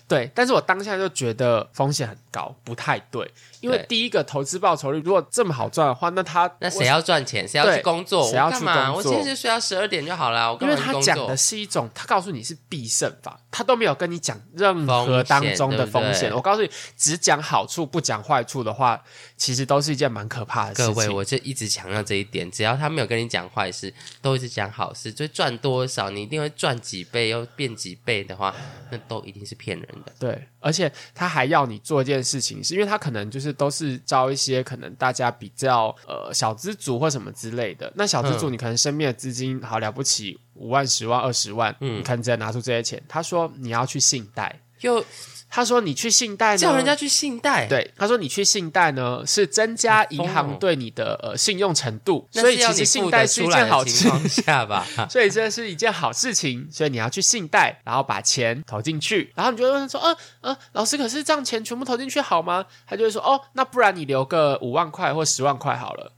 A: 对，但是我当下就觉得风险很高，不太对，因为
B: 对
A: 第一个投资报酬率如果这么好赚的话，那他
B: 那谁要赚钱？谁要去
A: 对
B: 工作？
A: 谁要
B: 我干
A: 去
B: 嘛？
A: 工
B: 我
A: 作
B: 今天就睡到十二点就好了。我
A: 因
B: 干
A: 为
B: 嘛去
A: 他
B: 工
A: 讲
B: 作
A: 的？是一种，他告诉你是必胜法，他都没有跟你讲任何当中的风
B: 风险对
A: 险。
B: 不对
A: 我告诉你，只讲好处不讲坏处的话，其实都是一件蛮可怕的事
B: 各
A: 情。
B: 位，我就一直强调这一点，只要他没有跟你讲坏事，都一直讲好事，就赚多少，你一定会赚几倍，又变几倍的话，那都一定是骗人的。
A: 对，而且他还要你做一件事情，是因为他可能就是都是招一些可能大家比较呃小资族或什么之类的。那小资
B: 嗯
A: 族你可能身边的资金好了不起五万、十万、二十万，
B: 嗯
A: 你可能只能拿出这些钱。他说你要去信贷，
B: 又
A: 他说你去信贷呢，
B: 叫人家去信贷，，
A: 对，他说你去信贷呢，是增加银
B: 好疯哦
A: 行对你的呃信用程度，
B: 那
A: 所以
B: 是要
A: 其
B: 你
A: 实信
B: 付
A: 贷
B: 得
A: 是一
B: 出来
A: 件好
B: 的
A: 事
B: 情，况
A: [laughs]
B: 下吧。
A: 所以这是一件好事情，所以你要去信贷，然后把钱投进去，然后你就会问说，呃呃，老师，可是这样钱全部投进去好吗？他就会说，哦，那不然你留个五万块或十万块好了。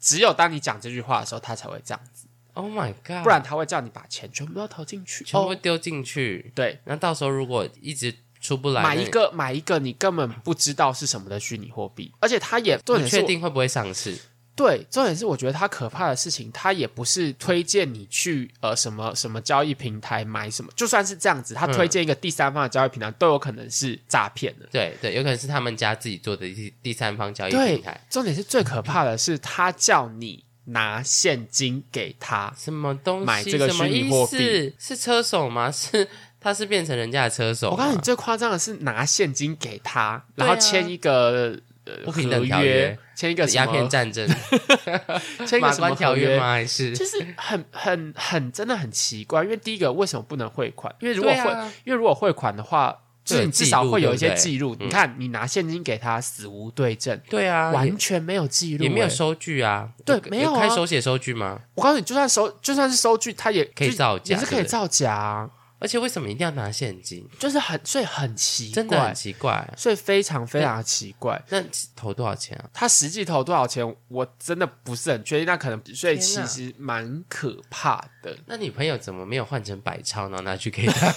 A: 只有当你讲这句话的时候，他才会这样子，
B: Oh my god！
A: 不然他会叫你把钱全部都投进去。
B: 全部
A: 哦，
B: 丢进去，
A: 对，
B: 那到时候如果一直出不来，
A: 买
B: 那
A: 一个买一个你根本不知道是什么的虚拟货币，而且他也重
B: 你
A: 点是
B: 确
A: 我
B: 定会不会上市？
A: 对，重点是我觉得它可怕的事情，它也不是推荐你去呃什么什么交易平台买什么，就算是这样子，它
B: 嗯
A: 推荐一个第三方的交易平台，都有可能是诈骗的。
B: 对对，有可能是他们家自己做的第第三方交易
A: 对
B: 平台，
A: 重点是最可怕的是，他叫你拿现金给他，
B: 什么东西？
A: 买这个
B: 什么
A: 虚拟
B: 意
A: 货
B: 思
A: 币
B: 是车手吗？ [laughs] 是他是变成人家的车手吗？
A: 我告诉你，最夸张的是拿现金给他，
B: 对
A: 然
B: 啊
A: 后签一个、
B: 不
A: 呃
B: 平等
A: 合
B: 条约
A: 约，签一个什
B: 鸦
A: 么
B: 片，战争、
A: 签一个
B: 马
A: 什么
B: 关条
A: 合
B: 约吗？还是
A: 就是很很很真的很奇怪，因为第一个为什么不能汇款？因为如果
B: 对啊
A: 汇，因为如果汇款的话，就
B: 会有
A: 是你至
B: 记
A: 少
B: 录
A: 会有
B: 对
A: 一
B: 不
A: 些
B: 对
A: 记录。你看，你拿现金给他，死无对证，
B: 对啊，也
A: 完全没有记录、
B: 也没有
A: 欸
B: 收据啊，
A: 对
B: 有
A: 没有啊
B: 开手写收据吗？
A: 我告诉你，就算收就算是收据，他也
B: 可以
A: 就
B: 造假
A: 也是可
B: 对
A: 以
B: 不对
A: 造假、啊，
B: 而且为什么一定要拿现金？
A: 就是很所以很奇
B: 真的很
A: 怪，
B: 奇怪。啊
A: 所以非常非常奇怪。
B: 那投多少钱啊？
A: 他实际投多少钱，我真的不是很确定。那可能所以
B: 天
A: 其
B: 哪
A: 实蛮可怕的。
B: 那你朋友怎么没有换成百超，然后拿去给他？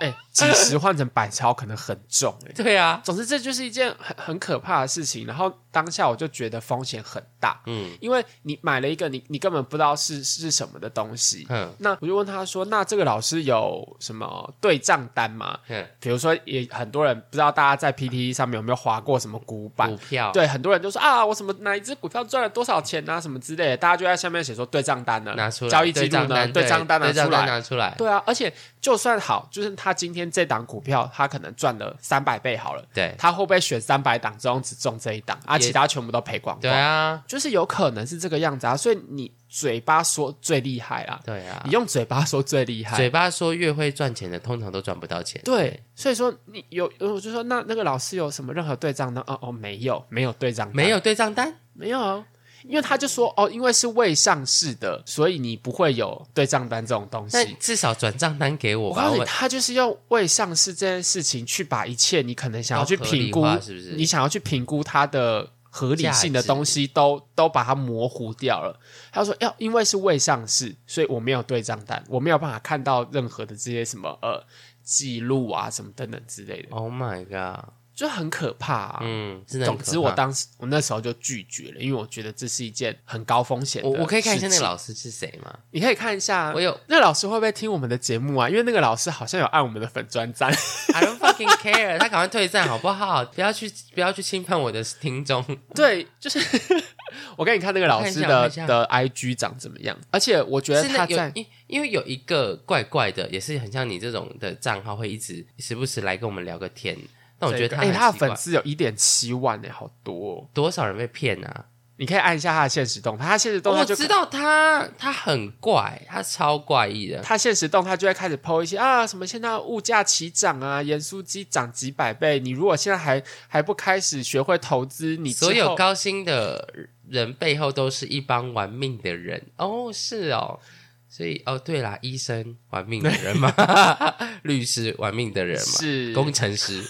A: 哎、几十 [laughs] 换成百超可能很重、欸，
B: [laughs] 对啊，
A: 总之，这就是一件很很可怕的事情。然后当下我就觉得风险很大，
B: 嗯
A: 因为你买了一个你你根本不知道是是什么的东西。
B: 嗯
A: 那我就问他说：“那这个老师有什么对账单吗？
B: 嗯，
A: 比如说，也很多人不知道大家在 PTE 上面有没有划过什么股板
B: 股？票
A: 对，很多人就说啊，我什么哪一只股票赚了多少钱啊，什么之类的，大家就在下面写说对账单呢，
B: 拿出来，
A: 交易记
B: 对
A: 录
B: 账
A: 呢，
B: 单
A: 对账单拿
B: 对
A: 出
B: 账单
A: 来，
B: 拿出来，
A: 对啊，而且就算好，就是他今天这档股票，他可能赚了三百倍好了，
B: 对
A: 他会不会选三百档中只中这一档啊？
B: 也
A: 其他全部都赔光光？
B: 对，啊，
A: 就是有可能是这个样子啊。所以你嘴巴说最厉害啦，
B: 对啊
A: 你，用嘴巴说最厉害，
B: 嘴巴说越会赚钱的，通常都赚不到钱。
A: 对。所以说你有，我就说那那个老师有什么任何对账单？哦哦，没有，没有对账单，
B: 没有对账单，
A: 没有啊。因为他就说哦，因为是未上市的，所以你不会有对账单这种东西。
B: 那至少转账单给我
A: 我
B: 吧。
A: 告诉你，
B: 我
A: 他就是用未上市这件事情去把一切你可能想要去评
B: 都
A: 估
B: 合理化，是不是
A: 你想要去评估它的合理性的东西都都把它模糊掉了。他说要因为是未上市，所以我没有对账单，我没有办法看到任何的这些什么呃记录啊什么等等之类的，
B: ，Oh my god，
A: 就很可怕、啊。
B: 嗯，真的很
A: 总
B: 可怕。
A: 之，我当时我那时候就拒绝了，因为我觉得这是一件很高风险的
B: 我我可以看一下那
A: 事
B: 个
A: 情，
B: 老师是谁吗？
A: 你可以看一下
B: 我有
A: 那个老师会不会听我们的节目啊？因为那个老师好像有按我们的粉砖赞。
B: I don't fucking care，他赶快退战好不好？不要去不要去侵犯我的听众。
A: 对，就是 [laughs] 我给你看那个老师
B: 我看
A: 的
B: 一下
A: 的 IG 长怎么样，而且我觉得
B: 是
A: 他
B: 那有
A: 在
B: 因因为有一个怪怪的，也是很像你这种的账号，会一直时不时来跟我们聊个天。但我觉得
A: 这
B: 他
A: 个
B: 很
A: 哎，他的
B: 奇怪
A: 粉丝有一点七万哎，好多哦、
B: 多少人被骗啊？哦
A: 你可以按一下他的现实动态，他现实动态
B: 我
A: 啊就
B: 知道他他很怪，他超怪异的。
A: 他现实动态就会开始 PO 一些啊什么现在物价齐涨啊，盐酥鸡涨几百倍，你如果现在还还不开始学会投资，你之
B: 所有
A: 后
B: 高薪的人背后都是一帮玩命的人哦，是哦，所以哦，对啦，医生玩命的人嘛， [laughs] 律师玩命的人嘛，
A: 是
B: 工程师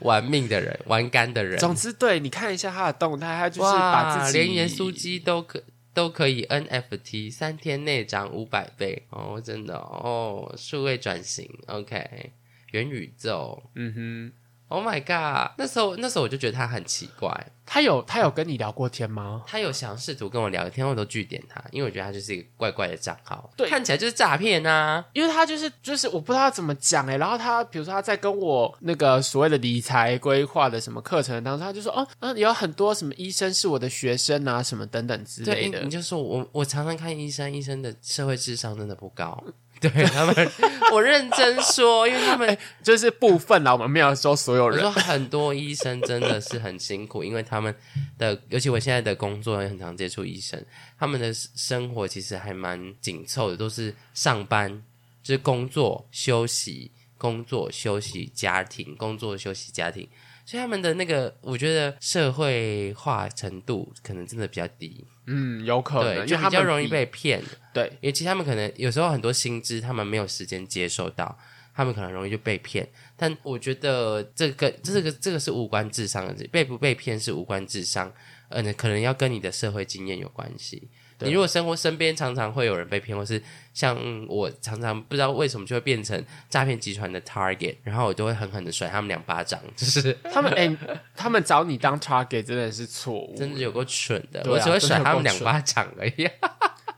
B: 玩命的人，玩肝的人，
A: 总之，对你看一下他的动态，他就是把
B: 哇，
A: 自己
B: 连盐酥鸡都可。都可以 NFT，三天内涨五百倍哦，真的哦，数位转型，OK，元宇宙
A: 嗯哼，
B: ，Oh my god！那时候那时候我就觉得他很奇怪，
A: 他有他有跟你聊过天吗？
B: 他有想试图跟我聊天，我都拒点他，因为我觉得他就是一个怪怪的账号，
A: 对
B: 看起来就是诈骗啊。
A: 因为他就是就是我不知道他怎么讲哎、然后他比如说他在跟我那个所谓的理财规划的什么课程当中，他就说哦，嗯，有很多什么医生是我的学生啊，什么等等之
B: 对，
A: 类
B: 你
A: 的
B: 你。就说我我常常看医生，医生的社会智商真的不高。对他们， [laughs] 我认真说，因为他们
A: 就是部分啦，我们没有说所有
B: 我
A: 人
B: 说很多医生真的是很辛苦，因为他们的，呃尤其我现在的工作也很常接触医生，他们的生活其实还蛮紧凑的，都是上班，就是工作、休息、工作、休息、家庭、工作、休息、家庭，所以他们的那个，我觉得社会化程度可能真的比较低，
A: 嗯，有可能，因
B: 对，就
A: 为
B: 比
A: 他
B: 较
A: 们
B: 容易
A: 比
B: 被骗。
A: 对，
B: 尤其他们可能有时候很多薪资，他们没有时间接收到，他们可能容易就被骗。但我觉得这个、这个、这个是无关智商的，被不被骗是无关智商，嗯、呃，可能要跟你的社会经验有关系。
A: 对
B: 你如果生活身边常常会有人被骗，或是像我常常不知道为什么就会变成诈骗集团的 target，然后我就会狠狠的甩他们两巴掌，就是
A: 他们哎、他们找你当 target 真的是错误，
B: [laughs] 真的有够蠢的，
A: 对啊
B: 我只会甩他
A: 真的有
B: 们两
A: 够
B: 巴掌而已，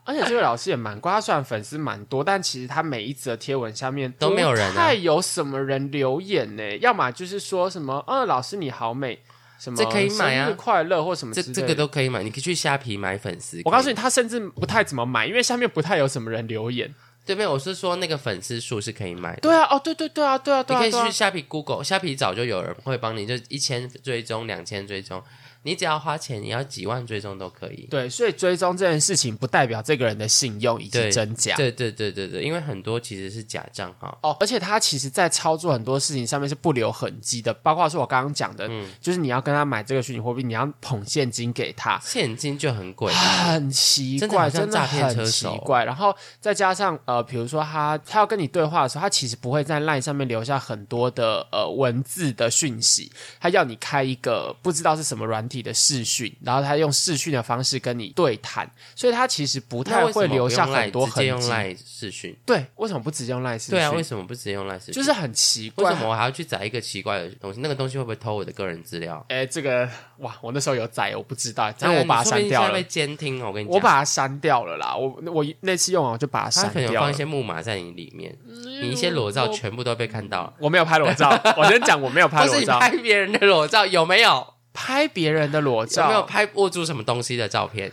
A: 而且这位老师也蛮乖，他虽然粉丝蛮多，但其实他每一则贴文下面
B: 都没有人啊
A: 不太有什么人留言呢、要么就是说什么“呃，老师你好美”，什么
B: 这可以买啊
A: 生日快乐”或什么之
B: 这
A: 类的。
B: 这个都可以买，你可以去虾皮买粉丝。
A: 我告诉
B: 你。
A: 你，他甚至不太怎么买，因为下面不太有什么人留言。
B: 对面我是说那个粉丝数是可以买的，
A: 对啊，哦，对对对啊，对啊，对啊，
B: 你
A: 对
B: 可以去
A: 啊，
B: 虾皮 Google，虾皮早就有人会帮你，就一千追踪、两千追踪，你只要花钱，你要几万追踪都可以。
A: 对，所以追踪这件事情不代表这个人的信用以及
B: 对
A: 真假。
B: 对对对对对，因为很多其实是假账号，
A: 哦，而且他其实，在操作很多事情上面是不留痕迹的，包括是我刚刚讲的，
B: 嗯
A: 就是你要跟他买这个虚拟货币，你要捧现金给他，
B: 现金就很
A: [laughs]
B: 贵。
A: 很奇
B: 真的
A: 怪，
B: 很像
A: 真的
B: 诈骗
A: 很
B: 车
A: 奇
B: 手
A: 怪。然后再加上呃，比如说他他要跟你对话的时候，他其实不会在 LINE 上面留下很多的呃文字的讯息，他要你开一个不知道是什么软体的视讯，然后他用视讯的方式跟你对谈，所以他其实不
B: 那
A: 太
B: 为什
A: 会
B: 么
A: 留下
B: 不用 Line，
A: 很多
B: 直接
A: 痕
B: 用
A: 迹。
B: 赖视讯。
A: 对，为什么不直接用 LINE 视讯？
B: 对啊，为什么不直接用赖视讯？
A: 就是啊很奇
B: 为
A: 怪
B: 什。么我还要去载一个奇怪的东西？那个东西会不会偷我的个人资料？哎
A: 哎，这个哇，我那时候有载，我不知道，但我把它
B: 你说不
A: 删
B: 定
A: 掉
B: 现在
A: 了
B: 被，监听哦，我跟你讲，
A: 我把它删掉了啦。我我那次用完我就把它
B: 他
A: 删
B: 可能有
A: 掉
B: 放
A: 了嗯
B: 一。些木马在你里面，你一些裸照全部都被看到了。
A: 我没有拍裸
B: [laughs]
A: 照，我先讲我没有拍
B: 不是
A: 裸
B: 你
A: 照，
B: 拍别人的裸照有没有？
A: 拍别人的裸
B: 有
A: 照，
B: 没有拍握住什么东西的照片？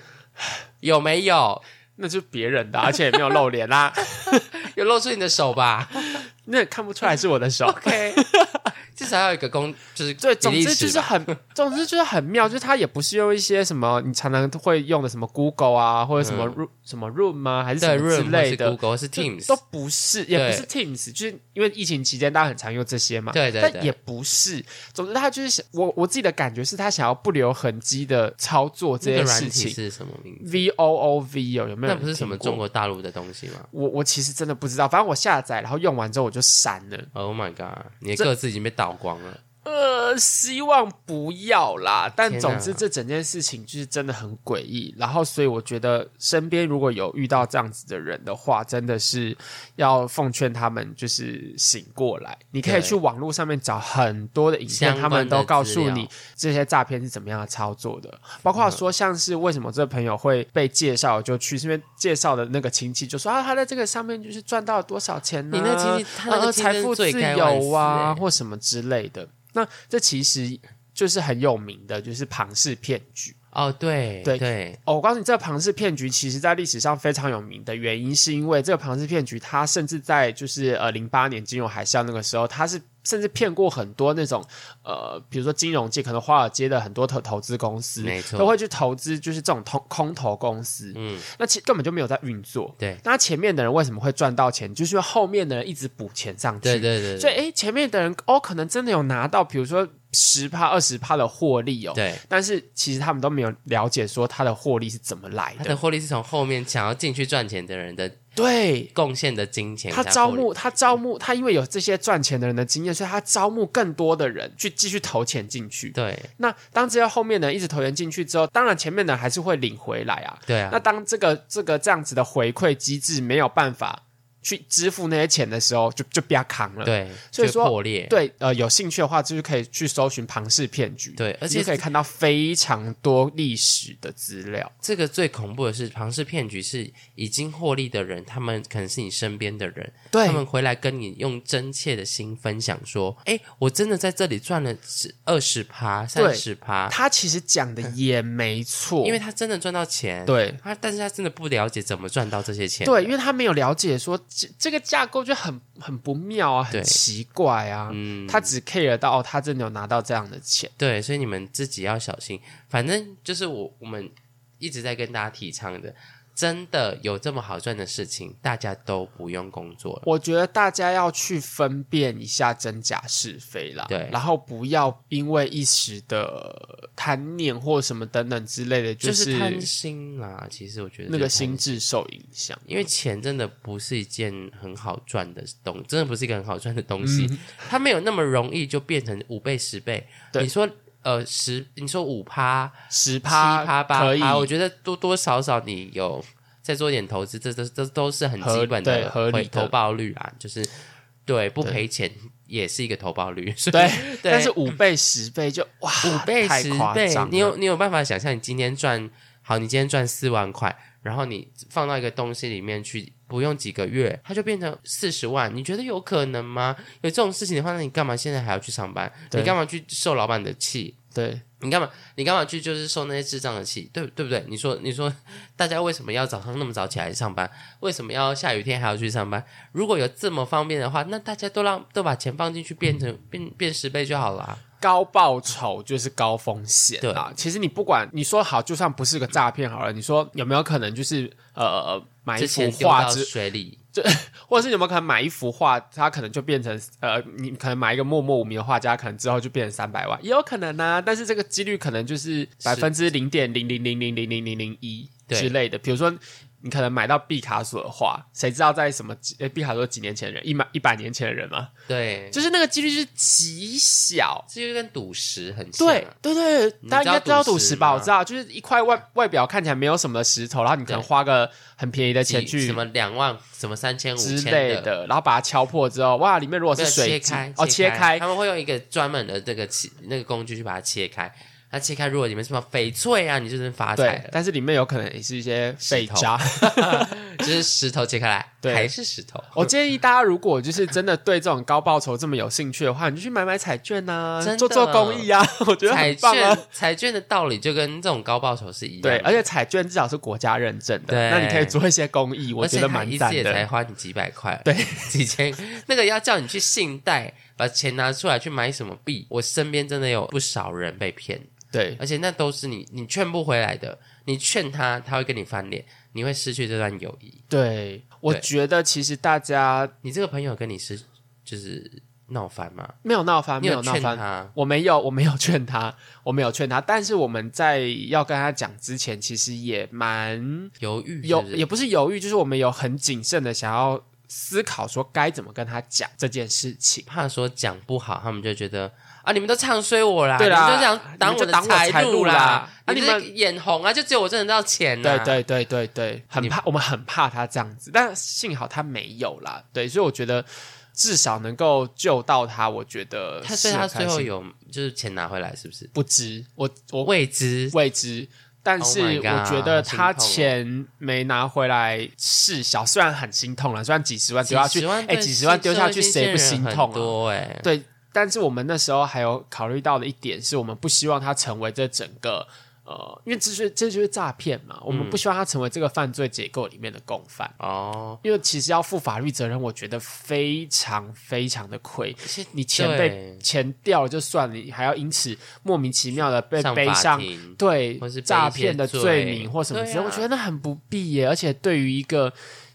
B: 有没有？
A: 那就是别人
B: [laughs]
A: 的，而且也没有露脸啦，
B: 有露出你的手吧
A: 那也看不出来是我的
B: [laughs]
A: 手。
B: ？OK，至少要有一个公，就是
A: 对，
B: 比
A: 总
B: 例
A: 之就
B: 尺
A: 是
B: 吧
A: 很， [laughs] 总之就是很妙，就是它也不是用一些什么你常常会用的什么 Google 啊，或者什么 Room、什么 Room 吗、还是什
B: 嗯对
A: 么之
B: Room 或
A: 类
B: 是
A: 的，
B: Google 是
A: 就
B: Teams，
A: 都不是，也不
B: 对
A: 是 Teams，就是因为疫情期间大家很常用这些嘛，
B: 对对对
A: 但也不是。总之，他就是想我我自己的感觉是他想要不留痕迹的操作这
B: 那个
A: 件
B: 软
A: 事
B: 体
A: 情。
B: 是什么名字？
A: V O O V 哦有有没有人听过？
B: 那不是什么中国大陆的东西吗
A: 我我其实真的不知道，反正我下载然后用完之后我就删了。
B: ？Oh my god！你的个子已经被倒光了。
A: 呃，希望不要啦。但
B: 天
A: 总
B: 哪
A: 之这整件事情就是真的很诡异。然后，所以我觉得身边如果有遇到这样子的人的话，真的是要奉劝他们就是醒过来。你可以
B: 对
A: 去网络上面找很多的影
B: 相
A: 片，
B: 关
A: 他们都
B: 的
A: 告
B: 资
A: 诉
B: 料嗯
A: 你这些诈骗是怎么样的操作的，包括说像是为什么这朋友会被介绍就去，是因为介绍的那个亲戚就说啊，他在这个上面就是赚到了多少钱呢、
B: 你那亲戚他那
A: 呃
B: 个亲戚
A: 财富自
B: 罪该万
A: 由
B: 死
A: 啊，
B: 欸
A: 或什么之类的。那这其实就是很有名的，就是庞氏骗局。
B: 哦，对
A: 对
B: 对，
A: 哦，我告诉你，这个庞氏骗局其实在历史上非常有名的原因，是因为这个庞氏骗局，它甚至在就是呃零八年金融海啸那个时候，它是甚至骗过很多那种呃，比如说金融界可能华尔街的很多投投资公司，
B: 没错
A: 都会去投资就是这种空空投公司，
B: 嗯，
A: 那其根本就没有在运作。
B: 对
A: 那前面的人为什么会赚到钱？就是因为后面的人一直补钱上去，
B: 对对对，
A: 所以，诶，前面的人哦，可能真的有拿到，比如说十趴、二十趴的获利哦。
B: 对
A: 但是其实他们都没有了解说他的获利是怎么来
B: 他
A: 的。
B: 的获利是从后面想要进去赚钱的人的
A: 对，
B: 贡献的金钱，
A: 他招。募他招
B: 嗯
A: 募他因为有这些赚钱的人的经验，所以他招募更多的人去继续投钱进去。
B: 对
A: 那当这些后面的人一直投钱进去之后，当然前面的人还是会领回来啊。
B: 对啊
A: 那，当这个这个这样子的回馈机制没有办法去支付那些钱的时候，就就被他扛了。
B: 对，
A: 所以
B: 就
A: 说
B: 破裂，
A: 对，呃，有兴趣的话，就是可以去搜寻庞氏骗局，
B: 对而
A: 你
B: 且
A: 就可以看到非常多历史的资料。
B: 这个最恐怖的是庞氏骗局是已经获利的人，他们可能是你身边的人，
A: 对
B: 他们回来跟你用真切的心分享说：“哎，我真的在这里赚了二十趴、三十趴，
A: 他其实讲的也没错，
B: 嗯因为他真的赚到钱。”
A: 对
B: 他，但是他真的不了解怎么赚到这些钱。
A: 对，因为他没有了解说这这个架构就很很不妙啊，很
B: 对
A: 奇怪啊。
B: 嗯，
A: 他只 care 到、哦他真的有拿到这样的钱，
B: 对，所以你们自己要小心。反正就是我我们一直在跟大家提倡的，真的有这么好赚的事情，大家都不用工作了。
A: 我觉得大家要去分辨一下真假是非啦，
B: 对
A: 然后不要因为一时的贪念或什么等等之类的，
B: 就是是贪心啦，其实我觉得
A: 那个
B: 就是贪
A: 心智受影响。
B: 因为钱真的不是一件很好赚的东，真的不是一个很好赚的东西，
A: 嗯
B: 它没有那么容易就变成五倍、十倍。
A: 对
B: 你说呃十，你说五趴、
A: 十
B: 七
A: 趴、
B: 趴、八
A: 可以，
B: 趴，我觉得多多少少你有再做一点投资，这这这都是很基本的
A: 合对合理的
B: 投报率啦，就是对不
A: 对
B: 赔钱也是一个投报率。所以
A: 对，
B: 对
A: 但是五倍、十倍就哇，
B: 五倍、
A: 太
B: 十
A: 夸
B: 倍
A: 张，了
B: 你有你有办法想象，你今天赚好，你今天赚四万块，然后你放到一个东西里面去，不用几个月，它就变成四十万，你觉得有可能吗？有这种事情的话，那你干嘛现在还要去上班？
A: 对
B: 你干嘛去受老板的气？
A: 对
B: 你干嘛？你干嘛去就是受那些智障的气，对对不对？你说，你说， [laughs] 大家为什么要早上那么早起来上班？为什么要下雨天还要去上班？如果有这么方便的话，那大家都让都把钱放进去，变成变变十倍就好了啊、
A: 高报酬就是高风险啊。其实你不管你说好，就算不是个诈骗好了，你说有没有可能就是呃买一
B: 之
A: 幅
B: 前丢
A: 画
B: 到
A: 之，
B: 水里，
A: 或者是有没有可能买一幅画，它可能就变成呃，你可能买一个默默无名的画家，可能之后就变成三百
B: 嗯
A: 万，也有可能啊。但是这个几率可能就是百分之零点零零零零零零零零一
B: 对
A: 之类的。比如说。你可能买到毕卡索的画，谁知道在什么几？呃毕卡索几年前的人，一百一百年前的人吗？
B: 对，
A: 就是那个几率是极小。
B: 这就跟赌石很像、
A: 对
B: 啊。
A: 对对，
B: 你
A: 大家应该
B: 知道
A: 知道
B: 赌
A: 赌
B: 石
A: 石吧？
B: 吗
A: 我知道，就是一块外外表看起来没有什么的石头，然后你可能
B: 对
A: 花个很便宜的钱
B: 几
A: 去
B: 什么两万，什么三千五
A: 之
B: 千
A: 类
B: 的，
A: 的，然后把它敲破之后，哇，里面如果
B: 没
A: 是
B: 有
A: 水
B: 切
A: 晶
B: 开
A: 哦，切开
B: 他，们会用一个专门的这个切那个工具去把它切开。它切开，如果里面什么翡翠啊，你就是发财
A: 对，
B: 了。
A: 但是里面有可能也是一些废
B: 石头
A: 渣。
B: 就是石头切开来，
A: 对哦
B: 还是石头。
A: [laughs] 我建议大家，如果就是真的对这种高报酬这么有兴趣的话，你就去买买彩券呐、
B: 真的
A: 做做公益啊， [laughs] 我觉得
B: 彩
A: 很棒啊
B: 券。彩券的道理就跟这种高报酬是一样
A: 对，
B: 的，
A: 而且彩券至少是国家认证的，
B: 对
A: 那你可以做一些公益，我
B: 而且
A: 觉
B: 他
A: 得蛮
B: 一
A: 赞
B: 次也才
A: 的。
B: 花你几百块，
A: 对，
B: [laughs] 几千，那个要叫你去信贷把钱拿出来去买什么币，我身边真的有不少人被骗，
A: 对
B: 而且那都是你你劝不回来的，你劝他他会跟你翻脸，你会失去这段友谊。
A: 对，我
B: 对
A: 觉得其实大家
B: 你这个朋友跟你是就是闹翻吗？
A: 没有闹翻，
B: 你
A: 没有闹
B: 劝
A: 翻，
B: 他？
A: 我没有，我没有劝他， [laughs] 我没有劝他。但是我们在要跟他讲之前，其实也蛮
B: 犹豫
A: 有，
B: 是不是
A: 也不是犹豫，就是我们有很谨慎的想要思考说该怎么跟他讲这件事情。
B: 怕说讲不好，他们就觉得啊，你们都唱衰我啦，
A: 对啦
B: 你们就想挡
A: 你们就
B: 的
A: 挡我财
B: 路
A: 路啦啊
B: 你
A: 你
B: 们
A: 们
B: 这眼红啊，就只有我挣得到钱啊呐、
A: 对对对对对，很
B: 你
A: 怕，我们很怕他这样子，但幸好他没有啦。对，所以我觉得至少能够救到他，我觉得
B: 他所
A: 是啊
B: 以他
A: 很
B: 最
A: 开
B: 后
A: 心。
B: 有就是钱拿回来，是不是？
A: 不知我我
B: 未知，
A: 未知。但
B: Oh
A: 是
B: my
A: 我
B: god，
A: 觉得他
B: 好心痛哦
A: 钱没拿回来是小，虽然很心痛了，啊虽然几十万丢下去
B: 几十，万
A: 哎，
B: 对
A: 几十万丢下去
B: 社
A: 谁
B: 会
A: 不
B: 新
A: 心
B: 鲜人
A: 痛啊？
B: 很多哎、
A: 对，但是我们那时候还有考虑到的一点是，我们不希望他成为这整个呃，因为这是这就是诈骗嘛，我们不希望他成为这个犯罪结构里面的共犯。
B: 哦，
A: 因为其实要负法律责任，我觉得非常非常的亏。你钱被
B: 对
A: 钱掉了就算了，你还要因此莫名其妙的被
B: 上
A: 背
B: 法
A: 上
B: 庭
A: 对
B: 或是背
A: 诈
B: 一些
A: 骗的
B: 罪
A: 罪名或什么之类，
B: 对啊
A: 我觉得那很不必耶。而且对于一个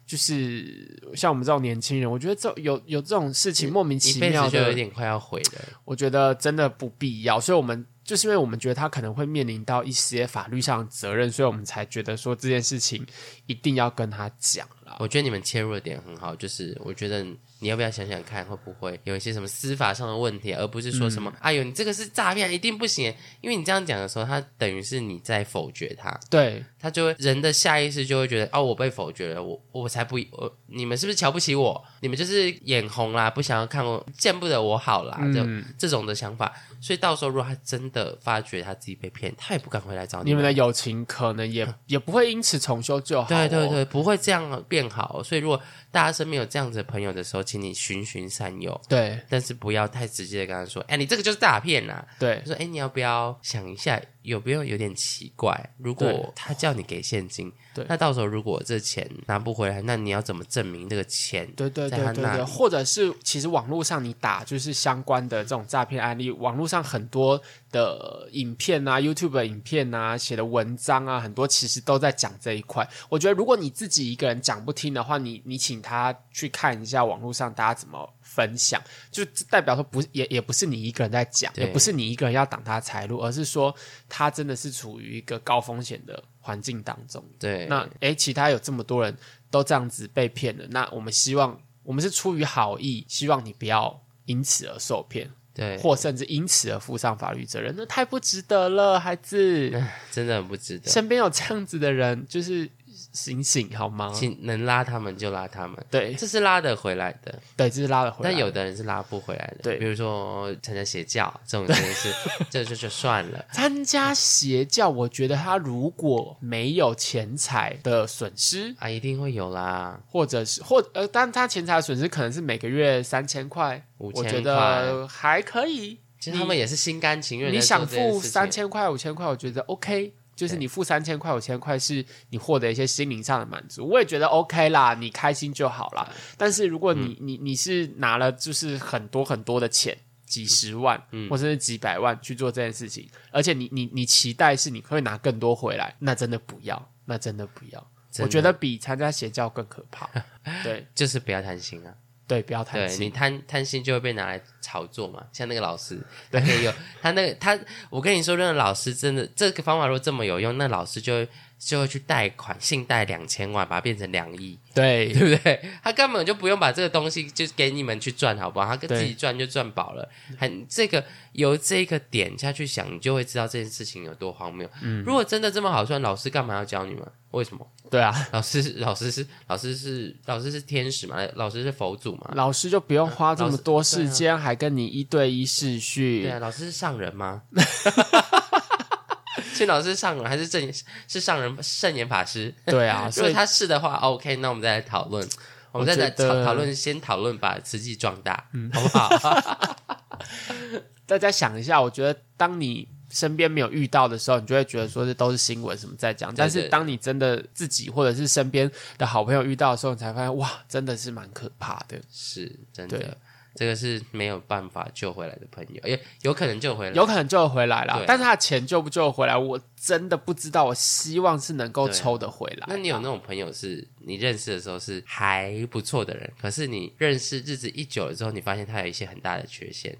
A: 就是像我们这种年轻人，我觉得这有有这种事情莫名
B: 一
A: 其
B: 辈
A: 妙
B: 子就有
A: 的，
B: 点快要毁了。
A: 我觉得真的不必要。所以我们就是因为我们觉得他可能会面临到一些法律上的责任，所以我们才觉得说这件事情一定要跟他讲啦。
B: 我觉得你们切入的点很好，就是我觉得你要不要想想看，会不会有一些什么司法上的问题，而不是说什
A: 嗯
B: 么、哎呦你这个是诈骗，一定不行。因为你这样讲的时候，他等于是你在否决他，
A: 对，
B: 他就会人的下意识就会觉得哦，我被否决了，我我才不，我你们是不是瞧不起我？你们就是眼红啦，不想要看我，见不得我好啦，
A: 嗯
B: 这这种的想法。所以到时候如果他真的发觉他自己被骗，他也不敢回来找
A: 你
B: 你
A: 们的友情可能也也不会因此重修旧好、哦。
B: 对对对，不会这样变好。所以如果大家身边有这样子的朋友的时候，请你循循善诱，
A: 对
B: 但是不要太直接的跟他说：“哎，你这个就是诈骗啦。”
A: 对
B: 他说：“哎，你要不要想一下，有没有有点奇怪？如
A: 对
B: 果他叫你给现金
A: 对，
B: 那到时候如果这钱拿不回来，那你要怎么证明这个钱？
A: 对对
B: 在
A: 对
B: 他
A: 对
B: 那
A: 对，
B: 里
A: 或者是其实网络上你打就是相关的这种诈骗案例，网络上很多的影片啊、YouTube 的影片啊、写的文章啊，很多其实都在讲这一块。我觉得如果你自己一个人讲不听的话，你你请他去看一下网络上大家怎么分享，就代表说不也也不是你一个人在讲，也
B: 对
A: 不是你一个人要挡他财路，而是说他真的是处于一个高风险的环境当中。
B: 对，
A: 那诶，其他有这么多人都这样子被骗了，那我们希望我们是出于好意，希望你不要因此而受骗，
B: 对，
A: 或甚至因此而负上法律责任，那太不值得了，孩子。
B: 真的很不值得。
A: 身边有这样子的人，就是醒醒好吗？
B: 请能拉他们就拉他们，
A: 对
B: 这是拉得回来的。
A: 对，这是拉了回来。
B: 但有的人是拉不回来的，
A: 对
B: 比如说参加邪教这种真
A: [laughs]
B: 的是，这就就算了。
A: 参加邪教，我觉得他如果没有钱财的损失，
B: 啊，一定会有啦，
A: 或者是或呃，但他钱财的损失可能是每个月三千块，
B: 五
A: 我觉
B: 千
A: 得
B: 块，
A: 还可以。
B: 其实他们也是心甘情愿地
A: 你
B: 做
A: 想
B: 这件事情。
A: 付三千块、五千块，我觉得 OK。就是你付三千块、五千块，是你获得一些心灵上的满足，我也觉得 OK 啦，你开心就好啦。但是如果你、
B: 嗯
A: 你你是拿了就是很多很多的钱，几十万、
B: 嗯
A: 或者是几百万去做这件事情，而且你你你期待是你会拿更多回来，那真的不要，那真的不要。
B: 真的
A: 我觉得比参加邪教更可
B: [laughs]
A: 怕。对
B: 就是不要贪心啊！
A: 对，不要贪
B: 对
A: 心。
B: 你贪贪心就会被拿来炒作嘛，像那个
A: [laughs]
B: 老师，他可以有他那个他，我跟你说，那个老师真的这个方法如果这么有用，那老师就会就会去贷款信贷两千万，把它变成两亿，
A: 对
B: [laughs] 对不对？他根本就不用把这个东西就给你们去赚，好不好？他跟
A: 对
B: 自己赚就赚饱了。很这个由这个点下去想，你就会知道这件事情有多荒谬。
A: 嗯
B: 如果真的这么好赚，老师干嘛要教你们？为什么？
A: 对啊，
B: [laughs] 老师是老师是老师是老师是天使嘛？老师是佛祖嘛？
A: 老师就不用花这么多
B: 对
A: 时
B: 啊
A: 间，还跟你一对一试训。
B: 对啊，老师是上人吗？ [laughs] 是老师是上人还是正是上人圣严法师？
A: 对
B: [laughs]
A: 啊，
B: 如
A: 所
B: 果
A: 以
B: 他是的话，OK，那我们再来讨论。我们再来
A: 我觉得嗯
B: 讨讨论，先讨论把慈济壮大，好不好？
A: 大家想一下，我觉得当你身边没有遇到的时候，你就会觉得说这都是新闻什么在讲，但是
B: 对
A: 当你真的自己或者是身边的好朋友遇到的时候，你才发现哇，真的是蛮可怕的。
B: 是真
A: 对
B: 的，这个是没有办法救回来的朋友，也有可能救回来，
A: 有可能救得回来啦
B: 对，
A: 但是他的钱救不救得回来，我真的不知道。我希望是能够
B: 对
A: 抽得回来。
B: 那你有那种朋友是你认识的时候是还不错的人，可是你认识日子一久了之后，你发现他有一些很大的缺陷。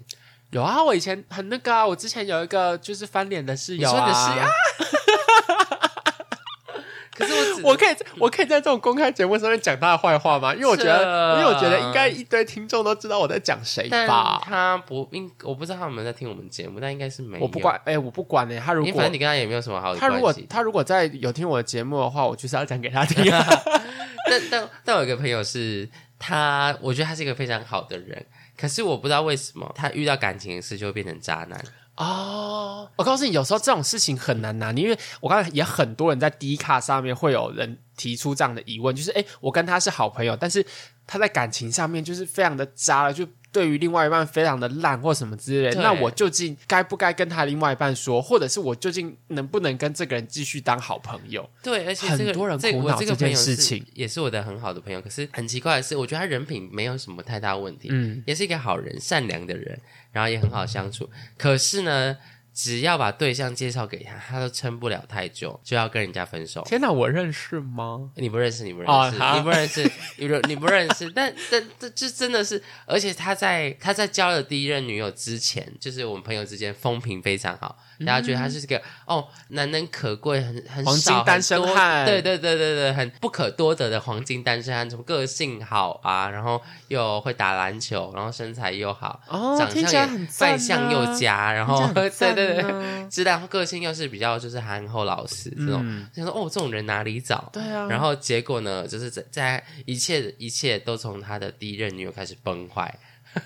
A: 有啊，我以前很那个啊，我之前有一个就是翻脸的室友
B: 你说
A: 啊，
B: 你的室友
A: [laughs]
B: 可是我只
A: 我可以在，我可以在这种公开节目上面讲他的坏话吗？因为我觉得，
B: 是啊
A: 因为我觉得应该一堆听众都知道我在讲谁
B: 但
A: 吧。
B: 他不应，我不知道他有没有在听我们节目，但应该是没有。
A: 我不管，，哎、我不管呢、他如
B: 因为反
A: 果
B: 正你跟他也没有什么好的
A: 他如果
B: 关系
A: 他如果在有听我的节目的话，我就是要讲给他听、啊
B: [laughs] 但但但我有一个朋友是他，我觉得他是一个非常好的人，可是我不知道为什么他遇到感情的事就会变成渣男。
A: 哦，我告诉你，有时候这种事情很难拿捏，因为我刚才也很多人在 D 卡上面会有人提出这样的疑问，就是哎，诶我跟他是好朋友，但是他在感情上面就是非常的渣了，就对于另外一半非常的烂或什么之类，
B: 对
A: 那我究竟该不该跟他另外一半说，或者是我究竟能不能跟这个人继续当好朋友？
B: 对，而且
A: 很
B: 这个
A: 多人
B: 这个
A: 苦
B: 我
A: 恼
B: 这
A: 这
B: 个
A: 件
B: 朋友
A: 事
B: 是
A: 情
B: 也是我的很好的朋友。可是很奇怪的是，我觉得他人品没有什么太大问题，
A: 嗯
B: 也是一个好人、善良的人，然后也很好相处。可是呢，只要把对象介绍给他，他都撑不了太久，就要跟人家分手。
A: 天哪，我认识吗？
B: 你不认识，你不认
A: 哦
B: 识，
A: 好
B: 你不认识，你不你不认识，但但这这真的是，而且他在他在交了第一任女友之前，就是我们朋友之间风评非常好，大家觉得他是个、哦难能可贵，很很
A: 嗯黄金
B: 少
A: 单身
B: 很多
A: 汉
B: 对对对对对，很不可多得的黄金单身汉，什么个性好啊，然后又会打篮球，然后身材又好，
A: 哦，
B: 长
A: 听起来
B: 相也
A: 很
B: 扮
A: 赞
B: 相又
A: 啊，
B: 佳，然
A: 听
B: 后
A: 起来
B: 对
A: 很赞
B: [laughs] 对对，
A: 啊
B: 质量个性又是比较就是憨厚老实这种，
A: 嗯
B: 就想说哦这种人哪里找？
A: 对啊，
B: 然后结果呢，就是在在一切一切都从他的第一任女友开始崩坏， [laughs]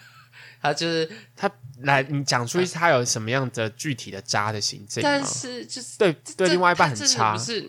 B: 他就是，
A: 来，你讲
B: 嗯
A: 出他有什么样的具体的渣的行径吗？
B: 但是就是
A: 对对，
B: 这
A: 另外一半
B: 他
A: 很
B: 真的
A: 差
B: 不，是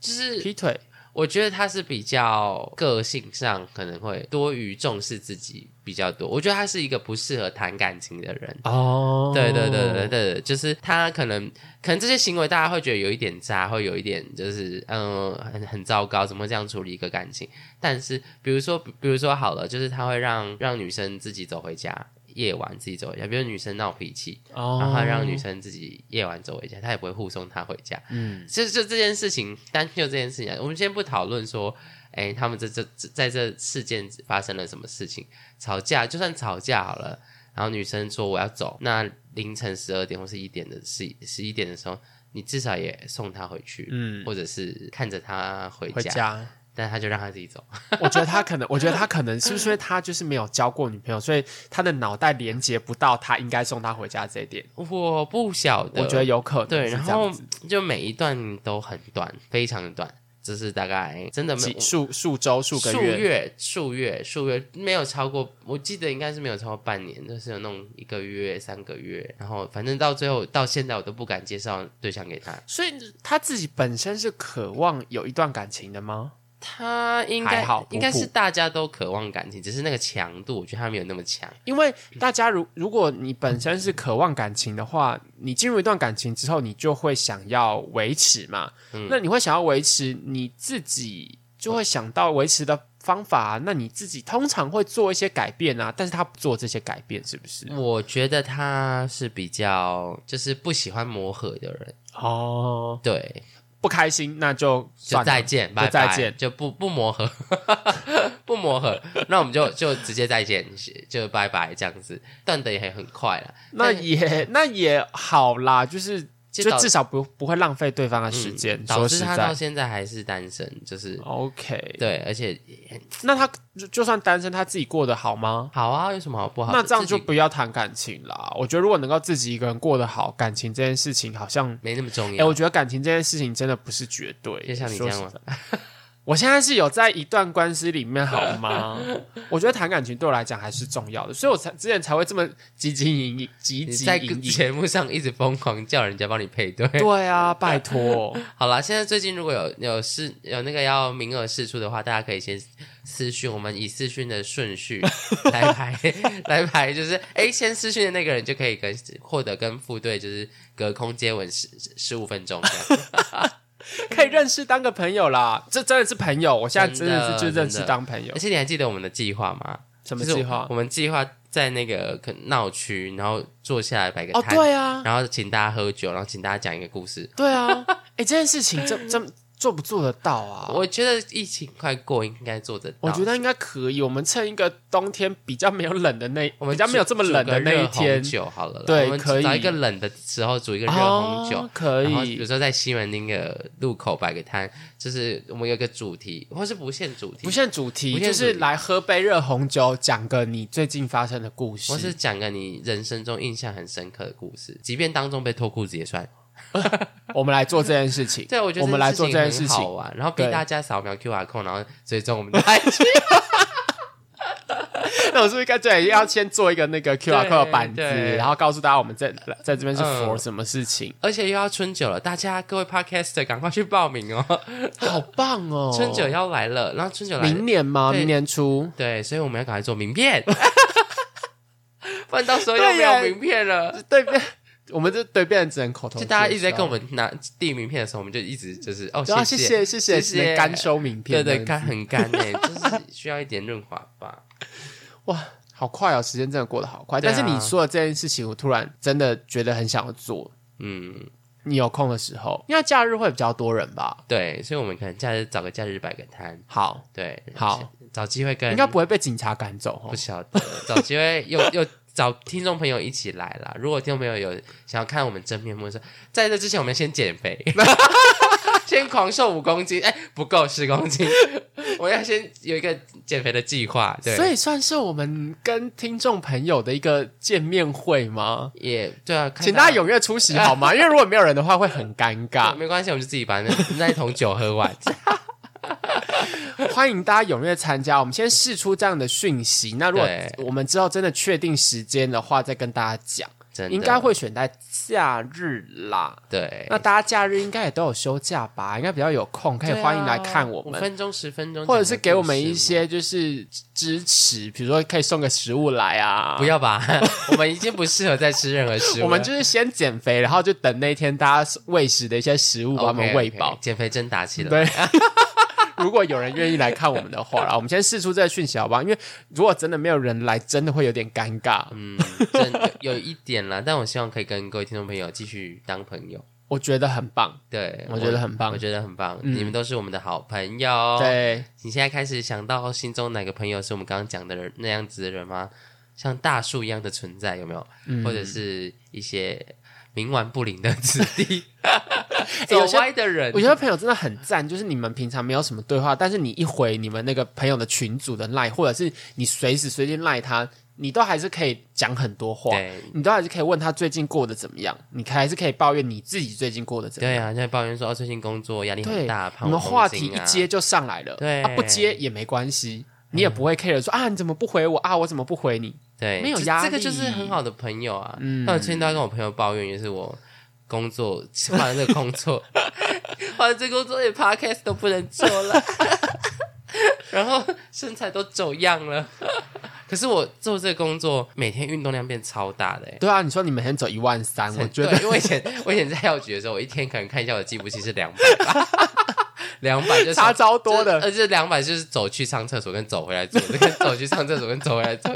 B: 就是
A: 劈腿。
B: 我觉得他是比较个性上可能会多于重视自己比较多，我觉得他是一个不适合谈感情的人。
A: 哦
B: 对对对对对，对就是他可能可能这些行为大家会觉得有一点渣，会有一点就是嗯很很糟糕，怎么会这样处理一个感情？但是比如说比如说好了，就是他会让让女生自己走回家，夜晚自己走回家，比如女生闹脾气，
A: 哦
B: 然后他让女生自己夜晚走回家，他也不会护送她回家。
A: 嗯，
B: 就就这件事情，单就这件事情啊来，我们先不讨论说，哎，他们这这这在这事件发生了什么事情，吵架，就算吵架好了，然后女生说我要走，那凌晨十二点或是一点的十十一点的时候，你至少也送她回去，
A: 嗯
B: 或者是看着她回
A: 回
B: 家，
A: 家。
B: 但他就让她自己走，
A: 我觉得他可能， [laughs] 我觉得他可能是不是因为他就是没有交过女朋友，所以他的脑袋连接不到他应该送她回家这一点。
B: 我不晓得，
A: 我觉得有可能
B: 对，
A: 是这
B: 然
A: 样
B: 后
A: 子
B: 就每一段都很短，非常的短，这是大概真的没
A: 几
B: 有。
A: 数数周数个
B: 数
A: 月，
B: 月、数月、数月，没有超过，我记得应该是没有超过半年，就是有弄一个月、三个月，然后反正到最后到现在我都不敢介绍对象给他，
A: 所以他自己本身是渴望有一段感情的吗？
B: 他应
A: 还
B: 该
A: 好普普
B: 应该是大家都渴望感情，只是那个强度，我觉得他没有那么强。
A: 因为大家如如果你本身是渴望感情的话，你进入一段感情之后，你就会想要维持嘛。
B: 嗯
A: 那你会想要维持，你自己就会想到维持的方法、那你自己通常会做一些改变啊，但是他不做这些改变，是不是？
B: 我觉得他是比较就是不喜欢磨合的人，
A: 哦，
B: 对，
A: 不开心那就
B: 就
A: 算了
B: 再见，拜拜，
A: 再见
B: 就不不磨合， [laughs] 不磨合，那我们就就直接再见，就拜拜这样子，断的也很快了。
A: 那也那也好啦，就是
B: 就
A: 就
B: 导嗯
A: 至少不不会浪费对方的时间。
B: 导
A: 说
B: 致
A: 实
B: 他到
A: 在哦
B: 现在还是单身，就是
A: ，OK，
B: 对，而且
A: 那他就就算单身，他自己过得好吗？
B: 好啊，有什么好不好的？
A: 那这样就
B: 自己
A: 不要谈感情啦。我觉得如果能够自己一个人过得好，感情这件事情好像，
B: 没那么重
A: 哎、
B: 要。
A: 我觉得感情这件事情真的不是绝对。
B: 就像你这样
A: 说
B: 吗
A: 实在？我现在是有在一段关系里面，好吗？我觉得谈感情对我来讲还是重要的，所以我才之前才会这么汲汲营营、汲
B: 你在
A: 汲营营。
B: [laughs] 节目上一直疯狂叫人家帮你配对。
A: [laughs] 对啊，拜托，
B: [laughs] 好啦，现在最近如果有有试有那个要名额试出的话，大家可以先私讯，我们以私讯的
A: [laughs]
B: 顺序来排来排，就是哎、诶先私讯的那个人就可以跟获得跟副队就是隔空接吻十十五分钟这
A: [laughs]
B: 样。
A: 可以认识当个朋友啦，这真的是朋友。我现在真的是就
B: 真的
A: 认识当朋友
B: 而。且你还记得我们的计划吗？
A: 什么
B: 就是
A: 计划
B: 我？们计划在那个可闹区，然后坐下来摆个
A: 哦，
B: 摊，
A: 对啊，
B: 然后请大家喝酒，然后请大家讲一个故事。
A: 对啊，哎、这件事情真真做不做得到啊？
B: 我觉得疫情快过，应该做得到。
A: 我觉得应该可以。我们趁一个冬天比较没有冷的那，
B: [laughs] 我们
A: 比较没有这么冷的那一
B: 煮个热
A: 天
B: 红，酒好了啦，
A: 对
B: 我们
A: 可以
B: 找一个冷的时候煮一个热红酒。
A: 哦可
B: 然后比如
A: 以，
B: 说在西门町的路口摆个摊，就是我们有个主题，或是不限主题，
A: 不限主
B: 不
A: 题，
B: 限
A: 就
B: 主题
A: 是来喝杯热红酒，讲个你最近发生的故事
B: 或。是讲个你人生中印象很深刻的故事，即便当中被脱裤子也算。
A: 我们来做这件事情。
B: [laughs] 对，我觉得
A: 我们来做这件事
B: 很好
A: 情。
B: 玩，然后逼
A: 对
B: 大家扫描 QR code，然后追踪我们的 [laughs] IG。
A: [laughs] 那我是不是该对要先做一个那个 QR code 的板子，
B: 对
A: 然后告诉大家我们在在这边是
B: 嗯
A: for 什么事
B: [laughs]
A: 情？
B: 而且又要春酒了，大家各位 Podcaster 赶快去报名哦，
A: 好棒哦！
B: 春酒要来了，然后春酒来了
A: 明年吗？
B: 对
A: 明年初。
B: 对，所以我们要赶快做名片。 [laughs] 不然到时候又没有名片了。 [laughs]
A: 对变，我们就对变只能口头介
B: 就
A: 绍。
B: 大家一直在跟我们拿递名片的时候，我们就一直就是哦，
A: 对啊，
B: 谢
A: 谢谢谢谢，只
B: 谢
A: 能干收名
B: 对
A: 片，
B: 对，
A: 干
B: 干很干
A: [laughs]
B: 诶，就是需要一点润滑吧。
A: 好快哦，时间真的过得好快。
B: 对啊
A: 但是你说的这件事情，我突然真的觉得很想要做。
B: 嗯，
A: 你有空的时候，因为假日会比较多人吧？
B: 对，所以我们可能假日找个假日摆个摊，
A: 好，
B: 对，
A: 好，
B: 找机会跟
A: 应该不会被警察赶走哦
B: 不。晓得， [laughs] 找机会又又找听众朋友一起来啦。如果听众朋友有想要看我们真面目的时候，在这之前我们先减肥， [laughs] 先狂瘦五公斤，哎、不够十公斤， [laughs] 我要先有一个减肥的计划。对，
A: 所以算是我们跟听众朋友的一个见面会吗？
B: 也对啊，看
A: 请大家啊踊跃出席好 [laughs] 吗？因为如果没有人的话，会很尴
B: 对
A: 尬。
B: 没关系，我们就自己把那那一桶酒
A: [laughs]
B: 喝完。
A: 欢迎大家踊跃参加。我们先试出这样的讯息。那如果
B: 对
A: 我们之后真的确定时间的话，再跟大家讲。
B: 真的
A: 应该会选在假日啦。
B: 对，
A: 那大家假日应该也都有休假吧？应该比较有空，可以
B: 对啊
A: 欢迎来看我
B: 五
A: 们。
B: 分钟十啊分钟，
A: 或者是给我们
B: 整个
A: 一
B: 故事
A: 些就是支持，比如说可以送个食物来啊。
B: 不要吧， [laughs] 我们已经不适合再吃任何食物了。
A: [laughs] 我们就是先减肥，然后就等那天大家喂食的一些食物把他们
B: OK，OK，
A: 喂饱。
B: 减肥针打起来。
A: 对，如果有人愿意来看我们的
B: [laughs]
A: 话啦，然后我们先试出这个讯息好不好？因为如果真的没有人来，真的会有点尴尬。
B: 嗯，真的有一点啦， [laughs] 但我希望可以跟各位听众朋友继续当朋友。
A: 我觉得很棒，
B: 对，
A: 我觉得很棒
B: 我觉得很棒，
A: 嗯
B: 你们都是我们的好朋友。，
A: 对，
B: 你现在开始想到心中哪个朋友是我们刚刚讲的人那样子的人吗？像大树一样的存在，有没有？
A: 嗯
B: 或者是一些冥顽不灵的子
A: [laughs]
B: 弟， [laughs] 走
A: 哎有些
B: 歪的人
A: 我。觉得朋友真的很赞，就是你们平常没有什么对话，但是你一回你们那个朋友的群组的赖，或者是你随时随地赖他，你都还是可以讲很多话，
B: 对
A: 你都还是可以问他最近过得怎么样，你还是可以抱怨你自己最近过得怎么
B: 对
A: 样。
B: 啊，现在抱怨说哦，最近工作压力很
A: 对，
B: 大，胖
A: 你们
B: 红
A: 话
B: 心
A: 题一
B: 啊
A: 接就上来了，
B: 对嗯
A: 啊、不接也没关系。你也不会 care 说啊，你怎么不回我啊？我怎么不回你？
B: 对，
A: 没有
B: 这
A: 压
B: 这个就是
A: 力嗯
B: 很好的朋友啊。那我最近都要跟我朋友抱怨，也是我工作换了这个工作， [laughs] 换了这个工作连 podcast 都不能做了， [laughs] 然后身材都走样了。 [laughs] 可是我做这个工作，每天运动量变超大的、欸。
A: 对啊，你说你每天走一万三，我觉得
B: 对因为我以前我以前在药局的时候，我一天可能看一下我的计步器是两百， [laughs] 两百就是
A: [laughs] 差超多的。
B: 而且两百就是走去上厕所跟走回来做，跟走去上厕所跟走回来做，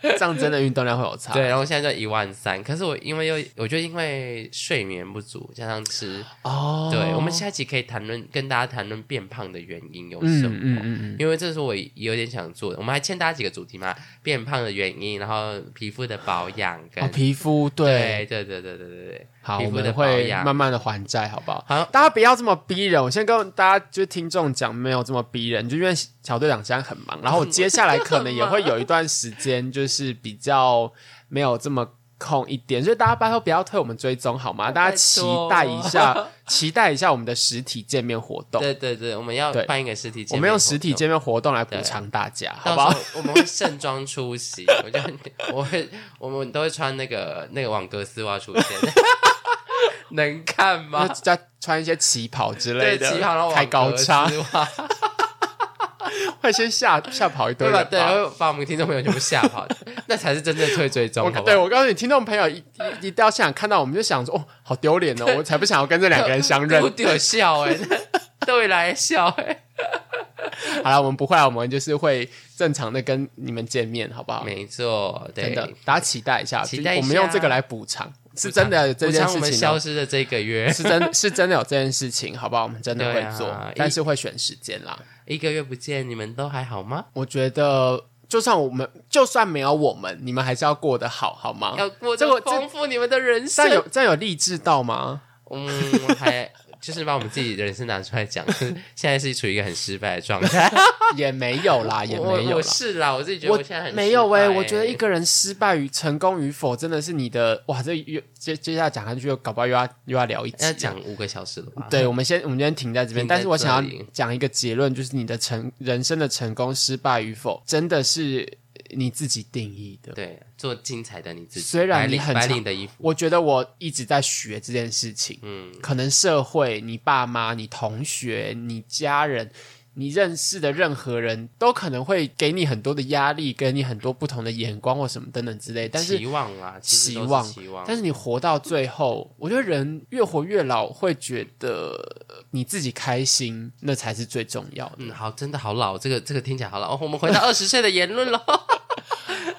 A: 这样真的运动量会有差。
B: 对，然后现在就一万三，可是我因为又我觉得因为睡眠不足加上吃，
A: 哦，
B: 对我们下一集可以谈论跟大家谈论变胖的原因有
A: 嗯
B: 什么。
A: 嗯嗯嗯，
B: 因为这是我有点想做的，我们还欠大家几个主题嘛，变胖的原因，然后皮肤的保养跟、
A: 哦，皮肤对
B: 对对对对对对对，
A: 好，
B: 皮
A: 我
B: 肤的
A: 们
B: 保
A: 会
B: 养
A: 慢慢的还债，好不好？
B: 好
A: 大家不要这么逼人。我先跟大家就是听众讲，没有这么逼人，就因为小队长现在很忙，然后我接下来可能也会有一段时间就是比较没有这么。空一点，所以大家拜托不要推我们追踪好吗？大家期待一
B: [laughs]
A: 下，期待一下我们的实体见面活动。
B: 对对对，我们要
A: 对
B: 办一个实体见
A: 我
B: 面活动，
A: 们用实体见面活动来补偿大家，好不
B: 到
A: 好？
B: 时候我们会盛装出席，我就我会我们都会穿那个那个网格丝袜出现， [laughs] 能看吗
A: 那？ [laughs] 再穿一些旗袍之类的，
B: 对，旗袍然后
A: 开高叉， [laughs]
B: 网格丝袜
A: 会先吓吓跑一堆人
B: 对吧？
A: 吧。
B: 对，会把我们听众朋友全部吓
A: [laughs]
B: 跑，那才是真正退追踪，
A: 我
B: 好不
A: 对
B: 好？
A: 我告诉你，听众朋友一一一到现场看到我们就想说，哦，好丢脸哦，我才不想要跟这两个人相认
B: 不。 [laughs] 丢笑哎、对来笑哎、
A: [laughs] 好了，我们不会啊，我们就是会正常的跟你们见面，好不好？
B: 没错，
A: 真
B: 对，
A: 的，大家期待一下，
B: 期待一下
A: 我们用这个来补偿，是真的有这
B: 补
A: 件
B: 偿我
A: 事
B: 们
A: 情
B: 消
A: 哦。
B: 失的这个月，
A: 是真是真的有这件事情，好不好？我们真的
B: 对
A: 会
B: 啊
A: 做，
B: 一
A: 但是会选时间啦。
B: 一个月不见，你们都还好吗？
A: 我觉得，就算我们就算没有我们，你们还是要过得好，好吗？
B: 要过
A: 啊这
B: 这
A: 我
B: 丰富你们的人
A: 这
B: 生
A: 样，有这样有励志到吗？
B: 嗯，还就是把我们自己的人生拿出来
A: [laughs]
B: 讲，现在是处于一个很失败的状态，
A: 也没有啦， [laughs] 也
B: 我
A: 没有
B: 我
A: 啦。
B: 是啦，我自己觉得
A: 我
B: 现在很
A: 没有
B: 哎、
A: 欸我觉得一个人失败与成功与否，真的是你的哇！这又接接下来讲下去，又搞不好又要又要聊一集
B: 要
A: 了。
B: 讲五个小时了吧？
A: 对，我们先我们今天停在这边，
B: 停在
A: 但是我想
B: 这
A: 要
B: 里
A: 讲一个结论，就是你的成人生的成功失败与否，真的是你自己定义的。
B: 对，做精彩的你自己，
A: 虽然
B: 白
A: 你
B: 领
A: 很
B: 白
A: 常
B: 领的衣服，
A: 我觉得我一直在学这件事情，
B: 嗯，
A: 可能社会、你爸妈、你同学、你家人，你认识的任何人都可能会给你很多的压力，给你很多不同的眼光或什么等等之类。但是
B: 期望啦，其实
A: 希
B: 都是
A: 望，
B: 期望，
A: 但是你活到最后，我觉得人越活越老，会觉得你自己开心，那才是最重要的。
B: 嗯，好，真的好老，这个这个听起来好老。哦，我们回到二十岁的言
A: [laughs]
B: 论喽。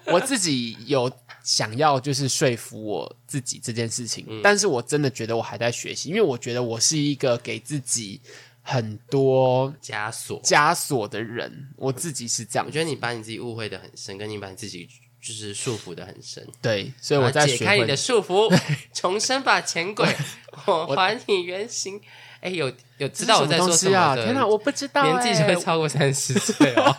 A: 我自己有想要就是说服我自己这件事
B: 嗯
A: 情，但是我真的觉得我还在学习，因为我觉得我是一个给自己很多
B: 枷锁，
A: 枷锁的人，我自己是这样
B: 我，觉得你把你自己误会的很深，跟你把你自己就是束缚的很深。啊
A: 对，所以我在
B: 解
A: 学
B: 开你
A: 会
B: 的束缚，重生吧，
A: [laughs]
B: 钱鬼，我还你原形。哎，有有知道我在说
A: 这是
B: 什
A: 什么
B: 么
A: 东西啊？
B: 的？
A: 天哪，我不知道、
B: 年纪就会
A: 欸，
B: 超过三十岁哦。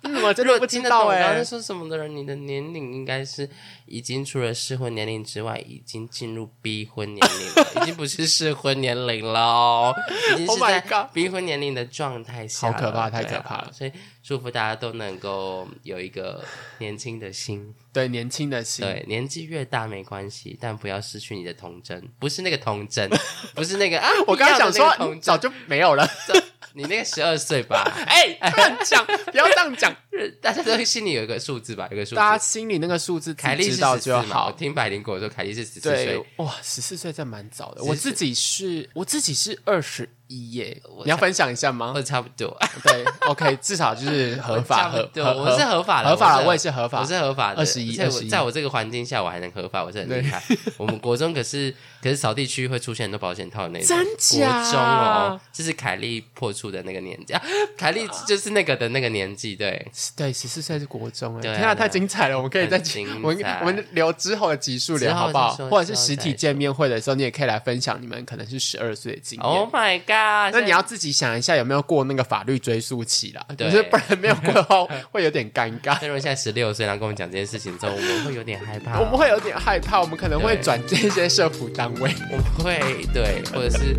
A: 嗯，我真
B: 如
A: 的
B: 果
A: 不
B: 听
A: 知
B: 得懂
A: 道
B: 我
A: 哎、
B: 刚才说什么的人，你的年龄应该是已经除了适婚年龄之外，已经进入逼婚年龄了，已经不是适婚年龄了
A: [laughs]
B: 哦，已经
A: Oh
B: 是
A: my
B: 在
A: God
B: 逼婚年龄的状态下了，
A: 好可怕太
B: 对啊
A: 可怕了
B: 所以祝福大家都能够有一个年轻的心，
A: [laughs] 对，年轻的心，
B: 对，年纪越大没关系，但不要失去你的童
A: [laughs]
B: 真，不是那个童真，不是那个啊，
A: 我刚刚想
B: 不要的那个
A: 说
B: 童
A: 早
B: 真，
A: 就没有了，
B: 你那个十二岁吧。
A: [laughs] 哎、这样讲，不要这样
B: [laughs]
A: 讲，
B: 大家都心里有一个数字吧，有个数字。
A: 大家心里那个数字自
B: 凯
A: 己
B: 莉
A: 知
B: 是
A: 道
B: 十四
A: 就
B: 嘛？我
A: 好。
B: 听百灵果说凯莉是十四
A: 对
B: 岁，，
A: 哇，十四岁真的蛮早的。
B: 14
A: 我自己是，我自己是二十一耶
B: 我。
A: 你要分享一下吗
B: 我？差不多，
A: [laughs] 对，OK，至少就是合法
B: [laughs] 差不
A: 合
B: 多，
A: 合
B: 我是合法的，
A: 合法了，我也
B: 是
A: 是合
B: 我
A: 法。
B: 是合法的，
A: 21
B: 在我
A: 21
B: 在我这个环境下我还能合法，我是很厉害。我们国中可是可是扫地区会出现很多保险套的那种，
A: 真假
B: 国中哦，这是凯莉破处的那个年纪，啊凯莉就是那个的那个年纪，对，
A: [laughs] 对，十四岁是国中哎，
B: 对啊
A: 天啊，
B: 对啊
A: 太精彩了！我们可以再
B: 很精彩
A: 我们我们留之后的集数
B: 之
A: 聊
B: 后
A: 好不好
B: 再？说
A: 或者
B: 之
A: 是
B: 后
A: 实体
B: 再
A: 见面会的时候，你也可以来分享你们可能是十二岁的经验。
B: ，Oh my god！
A: 那你要自己想一下有没有过那个法律追溯期啦，就
B: 对
A: 是不然没有过的
B: [laughs]
A: 话会有点尴尬，
B: 那如果现在十六岁，然后跟我们讲这件事情之后，我们会有点害怕，
A: 我们会有点害怕，我们可能会
B: 对
A: 转这些社服单位。
B: 我们会对，或者是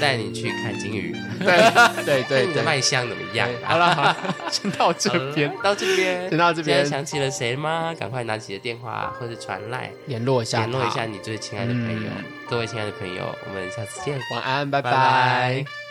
B: 带你去看金鱼。
A: [laughs] 对对对
B: 你的
A: 对，
B: 卖相怎么样
A: 对好
B: 啊？
A: 了好了， [laughs] 先到这边
B: 好了到这边，
A: 先到这边
B: 现在想起了谁吗？赶快拿起你的电话或者传来
A: 联络一下，
B: 联络一下，你最亲爱的朋友。各位亲爱的朋友，我们下次见，
A: 嗯晚安，拜
B: 拜
A: 拜
B: 拜